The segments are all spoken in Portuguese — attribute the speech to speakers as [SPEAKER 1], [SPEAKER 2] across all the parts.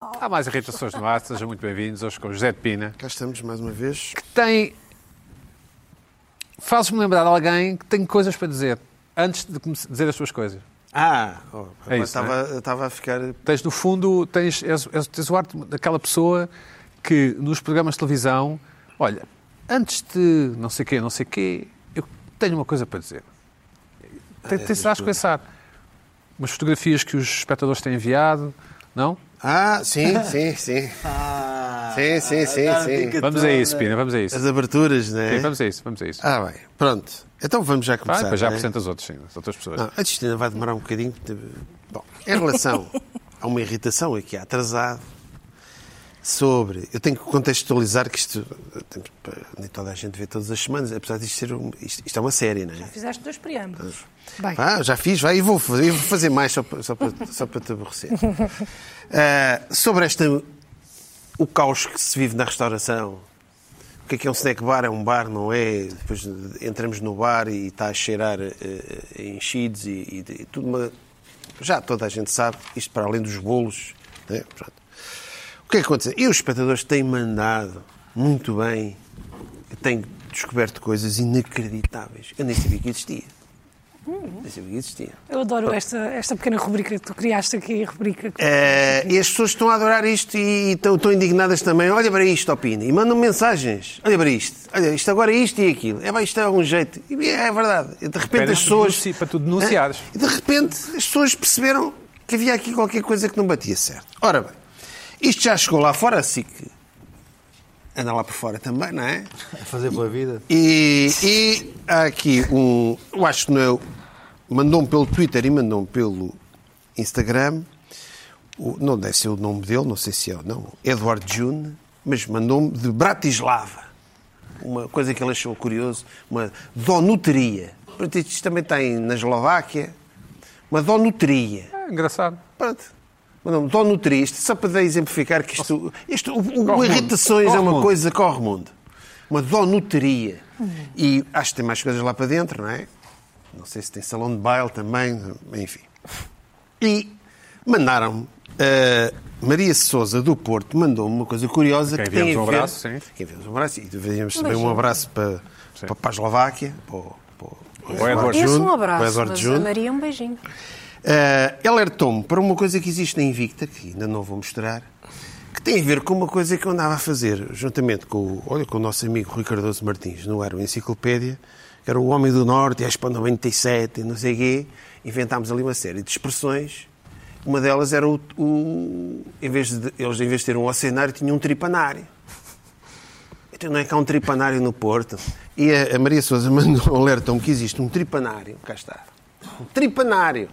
[SPEAKER 1] Há mais irritações no ar, sejam muito bem-vindos hoje com o José de Pina,
[SPEAKER 2] Cá estamos mais uma vez.
[SPEAKER 1] que tem. Fazes-me lembrar de alguém que tem coisas para dizer antes de come- dizer as suas coisas.
[SPEAKER 2] Ah, oh,
[SPEAKER 1] É
[SPEAKER 2] mas
[SPEAKER 1] isso,
[SPEAKER 2] estava estava a ficar.
[SPEAKER 1] Tens, no fundo, tens, és- és- tens o ar de- daquela pessoa que nos programas de televisão, olha, antes de não sei quê, não sei quê, eu tenho uma coisa para dizer. Tem- Tens de
[SPEAKER 2] tudo.
[SPEAKER 1] pensar. Umas fotografias que os espectadores têm enviado, não?
[SPEAKER 2] Ah, sim, sim, sim. Sim, sim, sim, sim.
[SPEAKER 1] Vamos a isso, Pina, vamos a isso.
[SPEAKER 2] Ah, As aberturas, né?
[SPEAKER 1] Sim, vamos a isso, vamos a isso.
[SPEAKER 2] Ah, bem. Pronto. Então vamos já
[SPEAKER 1] Vai,
[SPEAKER 2] começar.
[SPEAKER 1] Ah, depois já
[SPEAKER 2] né?
[SPEAKER 1] apresenta os outros, sim, as outras pessoas.
[SPEAKER 2] Não, a Cristina vai demorar um bocadinho. porque- Bom, em relação a uma irritação aqui atrasado sobre. Eu tenho que contextualizar que isto. temos- Nem toda a gente vê todas as semanas, apesar disto ser. Um, isto, isto é uma série, não é?
[SPEAKER 3] Fizeste dois preâmbulos.
[SPEAKER 4] Bem,
[SPEAKER 2] Ah, já fiz, vai, e vou fazer, e vou fazer mais só para, só para, só para te aborrecer. Ah, sobre esta, o caos que se vive na restauração, o que é que é um snack bar? É um bar, não é? Depois entramos no bar e está a cheirar eh, eh, enchidos e, e- e tudo. Uma, já toda a gente sabe, isto para além dos bolos. né? Pronto. O que é que acontece? E os espectadores têm mandado muito bem. Eu tenho descoberto coisas inacreditáveis. Eu nem sabia que existia. Nem sabia que existia.
[SPEAKER 3] Eu adoro esta, esta pequena rubrica que tu criaste aqui, a rubrica que...
[SPEAKER 2] Eh, e as pessoas estão a adorar isto e estão, estão indignadas também. Olha para isto, opina. E mandam mensagens. Olha para isto. Olha, isto agora é isto e aquilo. É bem, isto é algum jeito. E é verdade. E de repente
[SPEAKER 1] Pedem
[SPEAKER 2] as pessoas.
[SPEAKER 1] denunci- para tu denunciares.
[SPEAKER 2] Hã? E de repente as pessoas perceberam que havia aqui qualquer coisa que não batia certo. Ora bem, isto já chegou lá fora, assim que. Anda lá por fora também, não é?
[SPEAKER 5] A fazer pela vida.
[SPEAKER 2] E, e há aqui um. Eu acho que não é. Mandou-me pelo Twitter e mandou-me pelo Instagram. O- não deve ser o nome dele, não sei se é ou não. Edward June, mas mandou-me de Bratislava. Uma coisa que ele achou curioso, uma donuteria. Portanto, Isto também tem na Eslováquia. Uma donuteria.
[SPEAKER 1] É engraçado.
[SPEAKER 2] Pronto. Mandou-me donuteria. Isto só para exemplificar que isto. isto o, o-
[SPEAKER 1] Corre
[SPEAKER 2] irritações
[SPEAKER 1] mundo.
[SPEAKER 2] é uma
[SPEAKER 1] Corre mundo.
[SPEAKER 2] coisa que corre mundo. Uma donuteria. E acho que tem mais coisas lá para dentro, não é? Não sei se tem salão de baile também, enfim. E mandaram-me. eh, Maria Souza do Porto mandou-me uma coisa curiosa
[SPEAKER 1] Ok,
[SPEAKER 2] que tem a ver...
[SPEAKER 1] enviamos um abraço, sim.
[SPEAKER 2] Que enviamos um abraço e enviamos também um abraço para, para, para a Eslováquia, para, o- para, o-
[SPEAKER 1] Ou Edward
[SPEAKER 4] esse é
[SPEAKER 2] June,
[SPEAKER 4] um
[SPEAKER 2] para o
[SPEAKER 4] abraço,
[SPEAKER 2] Edward
[SPEAKER 4] mas
[SPEAKER 2] June.
[SPEAKER 4] a Maria um beijinho.
[SPEAKER 2] Uh, alertou-me para uma coisa que existe na Invicta, que ainda não vou mostrar, que tem a ver com uma coisa que eu andava a fazer, juntamente com, o- olha, com o nosso amigo Rui Cardoso Martins, no Aero Enciclopédia, que era o Homem do Norte, e a Expo 97, e não sei quê. Inventámos ali uma série de expressões. Uma delas era o. o- em vez de, eles, em vez de terem um oceanário, tinham um tripanário. Então não é que há um tripanário no Porto? E a, a Maria Sousa mandou um alerta-me que existe um tripanário. Cá está. Um tripanário.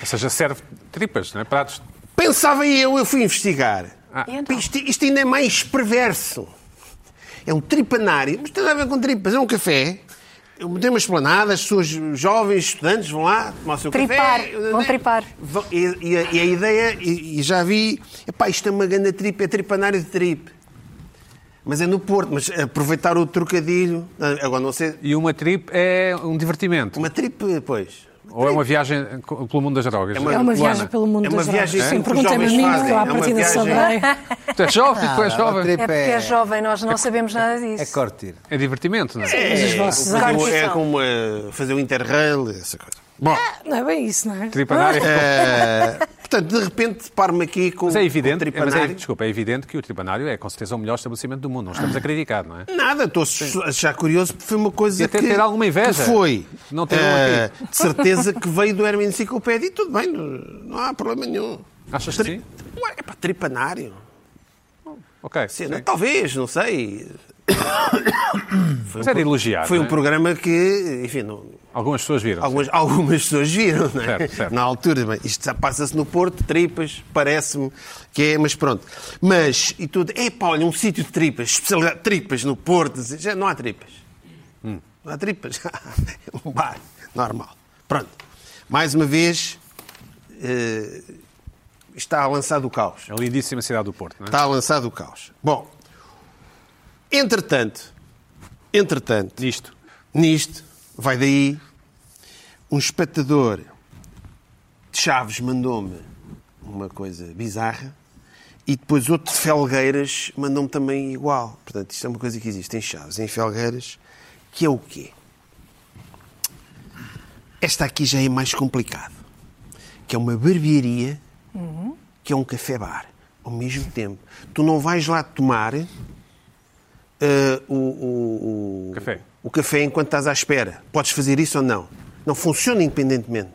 [SPEAKER 1] Ou seja, serve tripas, não é? Pratos.
[SPEAKER 2] Pensava eu, eu fui investigar.
[SPEAKER 1] Ah.
[SPEAKER 4] E então?
[SPEAKER 2] Isto, isto ainda é mais perverso. É um tripanário. Mas tem nada a ver com tripas, é um café. Tem uma esplanada, as pessoas jovens, estudantes vão lá tomar o seu
[SPEAKER 4] Tripar,
[SPEAKER 2] café.
[SPEAKER 4] vão tripar.
[SPEAKER 2] Vão- E, e a- e a ideia, e, e já vi, epá, isto é uma grande tripa, é tripanário de tripe. Mas é no Porto, mas aproveitar o trocadilho. Agora não sei.
[SPEAKER 1] E uma trip é um divertimento.
[SPEAKER 2] Uma tripe, pois.
[SPEAKER 1] Ou é uma viagem co- pelo mundo das drogas.
[SPEAKER 3] É uma
[SPEAKER 2] Luana,
[SPEAKER 3] viagem pelo mundo
[SPEAKER 2] É uma
[SPEAKER 3] das drogas.
[SPEAKER 2] viagem que
[SPEAKER 3] Sim,
[SPEAKER 2] os
[SPEAKER 3] perguntei-me a
[SPEAKER 2] jovens
[SPEAKER 3] mim,
[SPEAKER 2] fazem.
[SPEAKER 3] eu à
[SPEAKER 2] É uma
[SPEAKER 3] partida
[SPEAKER 2] viagem- é?
[SPEAKER 3] saberei.
[SPEAKER 1] Tu és jovem,
[SPEAKER 2] Ah,
[SPEAKER 1] tu és jovem.
[SPEAKER 4] É porque é jovem, nós não sabemos nada disso.
[SPEAKER 5] É corte.
[SPEAKER 1] É divertimento, não é?
[SPEAKER 3] Mas os vossos
[SPEAKER 2] Fazer
[SPEAKER 3] anos...
[SPEAKER 2] um- é como eh, fazer o Interrail, essa coisa. Bom,
[SPEAKER 3] Não é bem isso, não é?
[SPEAKER 1] Tripanário.
[SPEAKER 2] eh, portanto, de repente paro-me aqui com
[SPEAKER 1] Mas é
[SPEAKER 2] com
[SPEAKER 1] evidente, é, mas é,
[SPEAKER 2] o Um tripanário.
[SPEAKER 1] desculpa, é evidente que o tripanário é com certeza o melhor estabelecimento do mundo. Não estamos a criticar, não é?
[SPEAKER 2] Nada, estou a achar curioso porque foi uma coisa
[SPEAKER 1] E até
[SPEAKER 2] que,
[SPEAKER 1] ter alguma inveja.
[SPEAKER 2] que foi.
[SPEAKER 1] Não ter um
[SPEAKER 2] eh,
[SPEAKER 1] aqui.
[SPEAKER 2] De certeza que veio do Hermes Enciclopédia e tudo bem, não, não há problema nenhum.
[SPEAKER 1] Achas que sim?
[SPEAKER 2] Ué, é para tripanário.
[SPEAKER 1] Ok.
[SPEAKER 2] Cena,
[SPEAKER 1] sim.
[SPEAKER 2] Talvez, não sei.
[SPEAKER 1] Mas era elogiar.
[SPEAKER 2] Foi
[SPEAKER 1] não
[SPEAKER 2] um
[SPEAKER 1] é?
[SPEAKER 2] programa que, enfim, não,
[SPEAKER 1] Algumas pessoas viram. sim.
[SPEAKER 2] Algumas, algumas pessoas viram, não é?
[SPEAKER 1] Certo, certo.
[SPEAKER 2] Na altura, bem, isto já passa-se no Porto, tripas, parece-me que é, mas pronto. Mas, e tudo, é pá, olha, um sítio de tripas, especialidade, tripas no Porto, assim, já não há tripas.
[SPEAKER 1] Hum.
[SPEAKER 2] Não há tripas. É um bar, normal. Pronto. Mais uma vez, eh, está lançado o caos.
[SPEAKER 1] É a lindíssima cidade do Porto, não é?
[SPEAKER 2] Está lançado o caos. Bom, entretanto, entretanto,
[SPEAKER 1] Nisto.
[SPEAKER 2] Nisto, vai daí, um espectador de Chaves mandou-me uma coisa bizarra. E depois outro de Felgueiras mandou-me também igual. Portanto, isto é uma coisa que existe em Chaves, em Felgueiras, que é o quê? Esta aqui já é mais complicado. Que é uma barbearia, que é um café-bar, ao mesmo tempo. Tu não vais lá tomar eh, o, o- o-
[SPEAKER 1] Café.
[SPEAKER 2] o café enquanto estás à espera. Podes fazer isso ou não. Não funciona independentemente.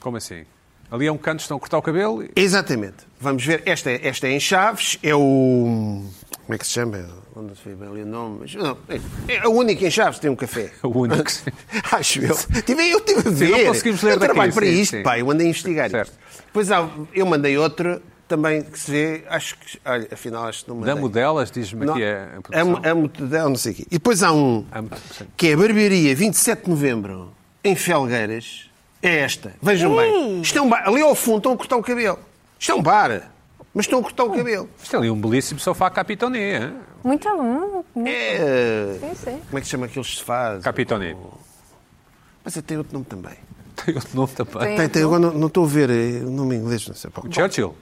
[SPEAKER 1] Como assim? Ali é um canto, estão a cortar o cabelo. e-
[SPEAKER 2] Exatamente. Vamos ver. Esta é, esta é em Chaves. É o. Como é que se chama? Não sei bem ali o nome. Mas, não, é, é a única em Chaves que tem um café.
[SPEAKER 1] É o único, sim.
[SPEAKER 2] Acho eu. Tive, eu tive a ver.
[SPEAKER 1] não conseguimos ler
[SPEAKER 2] eu trabalho
[SPEAKER 1] daqui,
[SPEAKER 2] para
[SPEAKER 1] sim,
[SPEAKER 2] isto,
[SPEAKER 1] sim.
[SPEAKER 2] pá. Eu andei a investigar
[SPEAKER 1] Certo.
[SPEAKER 2] isto. Depois há, eu mandei outro também que se vê. Acho que. Olha, afinal, acho que não mandei.
[SPEAKER 1] Dá-me o delas, diz-me
[SPEAKER 2] Não, é
[SPEAKER 1] aqui é a, a
[SPEAKER 2] amo,
[SPEAKER 1] produção.
[SPEAKER 2] amo te é, não sei o quê. E depois há um
[SPEAKER 1] Amo te- sim.
[SPEAKER 2] que é a barbearia 27 de novembro em Felgueiras. É esta. Vejam bem.
[SPEAKER 4] Hum.
[SPEAKER 2] Isto é um bar. Ali ao fundo estão a cortar o cabelo. Isto é um bar. Mas estão a cortar
[SPEAKER 4] Hum.
[SPEAKER 2] o cabelo.
[SPEAKER 1] Isto é ali um belíssimo sofá capitoné, hein?
[SPEAKER 4] Muito bom.
[SPEAKER 2] É.
[SPEAKER 4] Sim, sim.
[SPEAKER 2] Como é que se chama aqueles que se faz?
[SPEAKER 1] Capitoné.
[SPEAKER 2] Mas tem outro nome também.
[SPEAKER 1] Tem outro nome também.
[SPEAKER 4] Tem.
[SPEAKER 2] Tem, tem, agora não, não estou a ver é, o nome em inglês, não sei. Bom,
[SPEAKER 1] Churchill.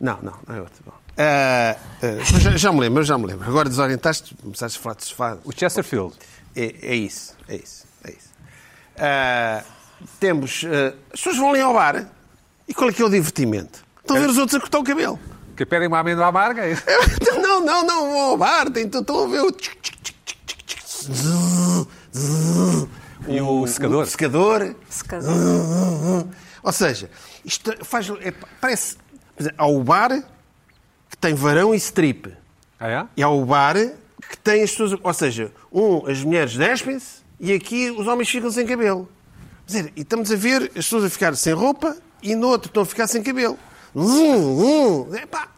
[SPEAKER 2] Não, não, não é outro. Bom. Ah, ah, mas já, já me lembro, já me lembro. Agora desorientaste, começaste a falar de sofá.
[SPEAKER 1] O Chesterfield.
[SPEAKER 2] É, é isso, é isso, é isso. Ah, temos. ah, as pessoas vão ali ao bar e qual é que é o divertimento? Estão a ver os outros a cortar o cabelo.
[SPEAKER 1] Que pedem uma amêndoa amarga. é isso?
[SPEAKER 2] Não, não, não, vão ao bar, tem- estão a ver o. tchic, tchic, tchic, tchic, tchic, zzz, zzz,
[SPEAKER 1] E o secador?
[SPEAKER 2] O secador.
[SPEAKER 4] Se casou.
[SPEAKER 2] Ou seja, isto faz. é, parece. Quer dizer, há o bar que tem varão e strip.
[SPEAKER 1] Ah, é?
[SPEAKER 2] E há o bar que tem as pessoas. Ou seja, um, as mulheres despem-se e aqui os homens ficam sem cabelo. Quer dizer, e estamos a ver as pessoas a ficar sem roupa e no outro estão a ficar sem cabelo. Zum, zum. Epá,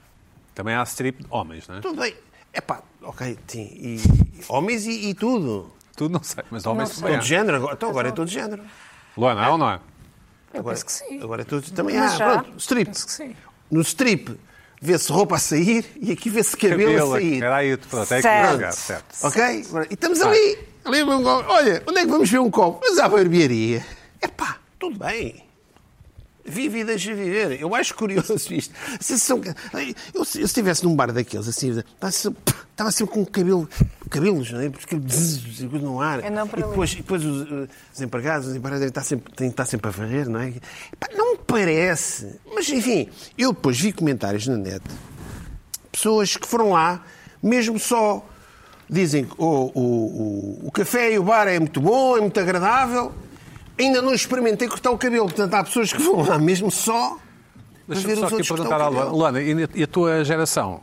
[SPEAKER 1] Também há strip de homens, não é?
[SPEAKER 2] tudo bem. Epá, ok, sim. E, e homens e, e tudo.
[SPEAKER 1] Tudo não sei, mas homens
[SPEAKER 4] Não
[SPEAKER 1] também
[SPEAKER 2] Todo género, agora, então agora é todo género.
[SPEAKER 1] há. Luana, há ou não há?
[SPEAKER 3] Eu
[SPEAKER 2] Agora,
[SPEAKER 3] penso que sim.
[SPEAKER 2] agora é todo também
[SPEAKER 4] Mas
[SPEAKER 2] há.
[SPEAKER 4] já.
[SPEAKER 2] Pronto, strip.
[SPEAKER 3] Penso que sim.
[SPEAKER 2] No strip vê-se roupa a sair e aqui vê-se cabelo, a sair.
[SPEAKER 1] Era aí, pronto, é que
[SPEAKER 4] Certo.
[SPEAKER 1] lugar, certo.
[SPEAKER 2] Ok? E estamos ali. ali vamos lá. Olha, onde é que vamos ver um copo? Mas à barbearia. Epá, tudo bem. Vive e deixa viver. Eu acho curioso isto. Se são... Eu, eu se eu estivesse num bar daqueles, assim, estava sempre, estava sempre com o cabelo, cabelos, não é? Porque zzz, coisa no ar.
[SPEAKER 4] É não
[SPEAKER 2] e
[SPEAKER 4] para
[SPEAKER 2] depois, e depois os, eh, os empregados, os empregados devem estar sempre, têm que estar sempre a varrer, não é? Epá, não me parece. Mas, enfim, eu depois vi comentários na net pessoas que foram lá, mesmo só dizem que "Oh, o, o, o, o café e o bar é muito bom, é muito agradável. Ainda não experimentei cortar o cabelo, portanto há pessoas que vão lá mesmo só para ver
[SPEAKER 1] Deixa-me
[SPEAKER 2] os
[SPEAKER 1] só aqui
[SPEAKER 2] outros
[SPEAKER 1] perguntar à
[SPEAKER 2] cortar o
[SPEAKER 1] Luana.
[SPEAKER 2] cabelo.
[SPEAKER 1] Luana, e e a tua geração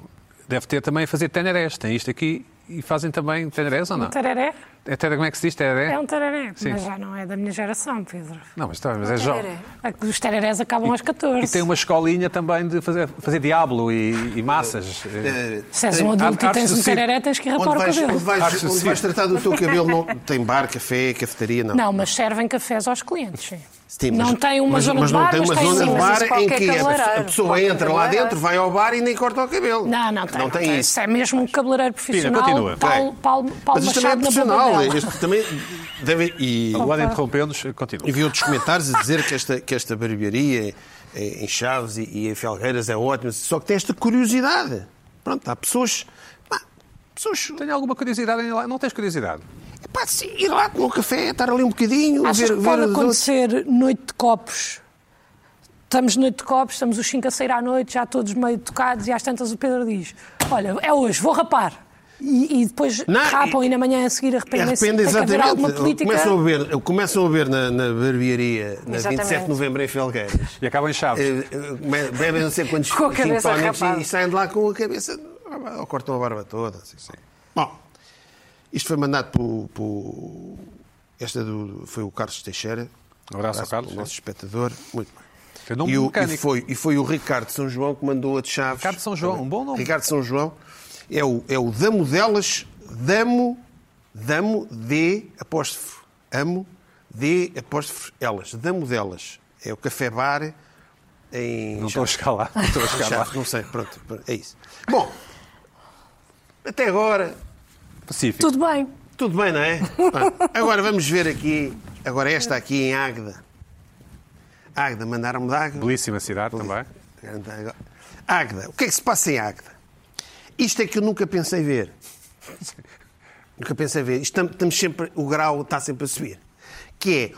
[SPEAKER 1] deve ter também a fazer tenerés. Tem isto aqui e fazem também tenerés ou não?
[SPEAKER 3] Um tararé?
[SPEAKER 1] É ter, como é que se diz
[SPEAKER 3] É
[SPEAKER 1] teneré?
[SPEAKER 3] um tararé.
[SPEAKER 1] Sim.
[SPEAKER 3] Mas já não é da minha geração, Pedro.
[SPEAKER 1] Não, mas, tá, mas
[SPEAKER 4] Um
[SPEAKER 1] é jovem.
[SPEAKER 4] Tereré.
[SPEAKER 3] A que Os tararés acabam aos 14.
[SPEAKER 1] E tem uma escolinha também de fazer, fazer diablo e, e massas.
[SPEAKER 3] Se és um adulto
[SPEAKER 1] há-
[SPEAKER 3] e
[SPEAKER 1] há
[SPEAKER 3] tens um
[SPEAKER 1] suicídio.
[SPEAKER 3] tararé, tens que rapar
[SPEAKER 2] Onde
[SPEAKER 3] o
[SPEAKER 2] vais,
[SPEAKER 3] cabelo.
[SPEAKER 2] onde vais-
[SPEAKER 1] Acho
[SPEAKER 2] onde
[SPEAKER 1] sim.
[SPEAKER 2] vais tratar do teu cabelo? Não, tem bar, café, cafetaria? Não.
[SPEAKER 3] Não, mas servem cafés aos clientes. sim.
[SPEAKER 2] Sim, mas-
[SPEAKER 3] não tem uma
[SPEAKER 2] mas-
[SPEAKER 3] zona
[SPEAKER 2] mas
[SPEAKER 3] de bar,
[SPEAKER 2] não tem uma
[SPEAKER 3] mas tem
[SPEAKER 2] zona
[SPEAKER 4] sim,
[SPEAKER 2] de
[SPEAKER 4] mas
[SPEAKER 2] bar
[SPEAKER 4] isso
[SPEAKER 2] em
[SPEAKER 4] qualquer
[SPEAKER 2] que a- a
[SPEAKER 4] cabeleireiro,
[SPEAKER 2] pessoa
[SPEAKER 4] qualquer
[SPEAKER 2] entra lá
[SPEAKER 4] cabeleireiro.
[SPEAKER 2] dentro, vai ao bar e nem corta o cabelo.
[SPEAKER 3] Não, não tem.
[SPEAKER 2] Não tem isso.
[SPEAKER 3] é mesmo um cabeleireiro profissional.
[SPEAKER 1] continua.
[SPEAKER 3] Paulo,
[SPEAKER 2] Ok.
[SPEAKER 3] Paulo, Paulo
[SPEAKER 2] Mas isto também é
[SPEAKER 3] Machado na
[SPEAKER 2] profissional.
[SPEAKER 3] Bombadela.
[SPEAKER 2] Isto também deve, e,
[SPEAKER 1] A Luana interrompeu-nos, eh, continua.
[SPEAKER 2] E vi outros comentários a dizer que esta, que esta barbearia eh, em Chaves e, e em Felgueiras é ótima, só que tem esta curiosidade. Pronto, há pessoas. pá, pessoas.
[SPEAKER 1] Tenho alguma curiosidade em ir lá? Não tens curiosidade?
[SPEAKER 2] Pá, se ir lá tomar um café, estar ali um bocadinho,
[SPEAKER 3] Achas
[SPEAKER 2] ver,
[SPEAKER 3] que pode
[SPEAKER 2] ver os outros.
[SPEAKER 3] acontecer noite de copos? Estamos noite de copos, estamos os cinco a sair à noite, já todos meio tocados, e às tantas o Pedro diz: Olha, é hoje, vou rapar. E, e depois
[SPEAKER 2] Não,
[SPEAKER 3] rapam e,
[SPEAKER 2] e-
[SPEAKER 3] na manhã a seguir arrependem-se.
[SPEAKER 2] Arrepende,
[SPEAKER 3] assim, Tem que haver alguma
[SPEAKER 2] exatamente.
[SPEAKER 3] política.
[SPEAKER 2] Começam a beber, começam a beber na, na barbearia na
[SPEAKER 4] Exatamente.
[SPEAKER 2] 27 de novembro em Felgueiras.
[SPEAKER 1] E acabam em chaves.
[SPEAKER 2] Eh, eh, Bebem não sei quantos
[SPEAKER 4] Com a
[SPEAKER 2] cinco
[SPEAKER 4] cabeça
[SPEAKER 2] tónicos e,
[SPEAKER 4] rapada.
[SPEAKER 2] e saem de lá com a cabeça. Ou cortam a barba toda. Assim. Bom, isto foi mandado por. por- esta do- foi o Carlos Teixeira.
[SPEAKER 1] Um abraço ao Carlos,
[SPEAKER 2] O
[SPEAKER 1] sim.
[SPEAKER 2] nosso espectador. Muito bem.
[SPEAKER 1] Foi nome
[SPEAKER 2] e, o,
[SPEAKER 1] mecânico.
[SPEAKER 2] e, foi, e foi o Ricardo São João que mandou a de Chaves.
[SPEAKER 1] Ricardo São João, um bom nome.
[SPEAKER 2] Ricardo São João é o, é o Damo delas, Damo, Damo de apóstrofo, Amo de apóstrofo elas, Damo delas. É o café bar em.
[SPEAKER 1] Não estou a chegar lá. Não estou a chegar lá.
[SPEAKER 2] Chaves, Não sei, pronto, pronto, é isso. Bom, até agora,
[SPEAKER 1] Pacífico.
[SPEAKER 3] Tudo bem.
[SPEAKER 2] tudo bem, não é? Pá, Agora vamos ver aqui, agora esta aqui em Águeda. Águeda, mandaram-me de Águeda.
[SPEAKER 1] Belíssima cidade também.
[SPEAKER 2] Águeda. O que é que se passa em Águeda? Isto é que eu nunca pensei ver. Nunca pensei ver. Isto tam- estamos sempre, o grau está sempre a subir. Que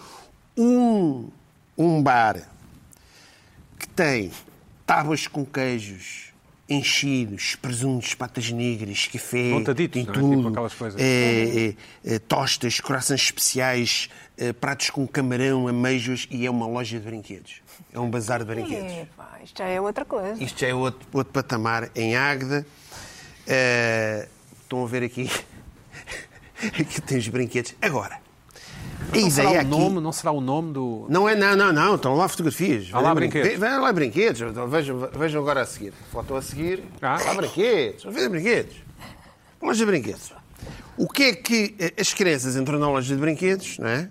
[SPEAKER 2] é um, um bar que tem tábuas com queijos, enchidos, presuntos, patas negras, café,
[SPEAKER 1] Montaditos,
[SPEAKER 2] tem
[SPEAKER 1] não é?
[SPEAKER 2] tudo.
[SPEAKER 1] Tipo aquelas coisas.
[SPEAKER 2] É, é, é, tostas, corações especiais, é, pratos com camarão, ameijos e é uma loja de brinquedos. É um bazar de brinquedos.
[SPEAKER 4] Epá, isto já é outra coisa.
[SPEAKER 2] Isto já é outro, outro patamar em Águeda. Eh, estão a ver aqui. aqui tem os brinquedos. Agora, a
[SPEAKER 1] Não será,
[SPEAKER 2] ideia
[SPEAKER 1] o
[SPEAKER 2] aqui.
[SPEAKER 1] nome, não será o nome do.
[SPEAKER 2] Não é, não, não, não. Estão lá fotografias.
[SPEAKER 1] Há lá
[SPEAKER 2] Vejam
[SPEAKER 1] brinquedos.
[SPEAKER 2] brinque- Vejam lá brinquedos. Vejam, vejam agora a seguir. Foto a seguir.
[SPEAKER 1] Ah.
[SPEAKER 2] Há brinquedos. Vejam brinquedos. Loja de brinquedos. O que é que eh, as crianças entram na loja de brinquedos, não é?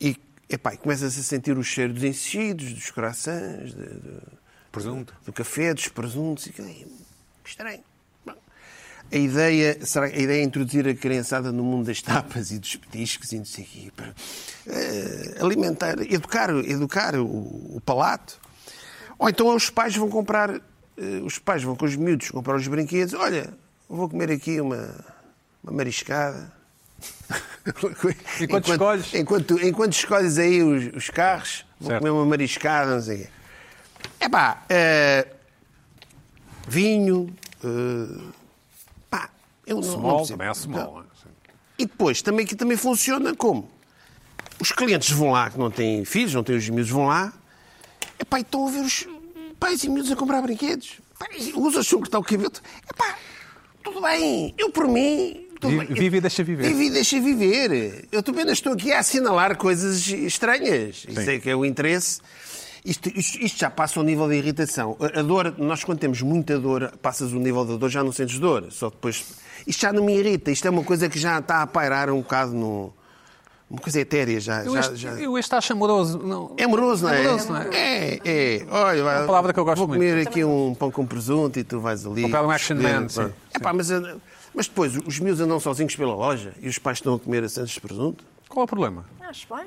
[SPEAKER 2] E, epá, e começas a sentir o cheiro dos enchidos, dos corações, de- de-
[SPEAKER 1] Presunto.
[SPEAKER 2] do café, dos presuntos. E, que- ai, estranho. Bom, A ideia, será, que a ideia é introduzir a criançada no mundo das tapas e dos petiscos e não sei o quê. para, eh, alimentar, educar, educar o, o palato. Ou então os pais vão comprar, eh, os pais vão com os miúdos comprar os brinquedos. Olha, vou comer aqui uma, uma mariscada.
[SPEAKER 1] escolhes.
[SPEAKER 2] Enquanto, enquanto escolhes aí os, os carros, vou
[SPEAKER 1] Certo.
[SPEAKER 2] comer uma mariscada, não sei o quê. Epá, eh, vinho, eh, pá, eu não, não
[SPEAKER 1] Small,
[SPEAKER 2] percebo.
[SPEAKER 1] também é small. Sim.
[SPEAKER 2] E depois, também que também funciona como? Os clientes vão lá, que não têm filhos, não têm os miúdos, vão lá, epá, e estão a ver os pais e miúdos a comprar brinquedos. Epá, e usa o que está o cabelo. Epá, tudo bem, eu por mim... tudo
[SPEAKER 1] Vive-
[SPEAKER 2] bem.
[SPEAKER 1] vive e deixa viver.
[SPEAKER 2] Vive e deixa viver. Eu também não estou aqui a assinalar coisas estranhas. Isso é que é o interesse. Isto, isto- isto já passa um nível de irritação. A, a dor, nós quando temos muita dor, passas o nível da dor, já não sentes dor. Só depois. Isto já não me irrita. Isto é uma coisa que já está a pairar um bocado no. Uma coisa etérea já.
[SPEAKER 1] Eu,
[SPEAKER 2] já-
[SPEAKER 1] este,
[SPEAKER 2] já-
[SPEAKER 1] eu este acho amoroso. Não.
[SPEAKER 2] É amoroso, não é?
[SPEAKER 1] É amoroso, não é?
[SPEAKER 2] É, é. Olha, vai-
[SPEAKER 1] uma palavra que eu gosto
[SPEAKER 2] vou
[SPEAKER 1] muito.
[SPEAKER 2] comer aqui um pão com presunto e tu vais ali.
[SPEAKER 1] Papel um action
[SPEAKER 2] escolher,
[SPEAKER 1] man, sim,
[SPEAKER 2] pronto.
[SPEAKER 1] sim.
[SPEAKER 2] Epá, mas, eh, mas depois, os miúdos andam sozinhos pela loja e os pais estão a comer assentos de presunto?
[SPEAKER 1] Qual é o problema?
[SPEAKER 4] Acho bem.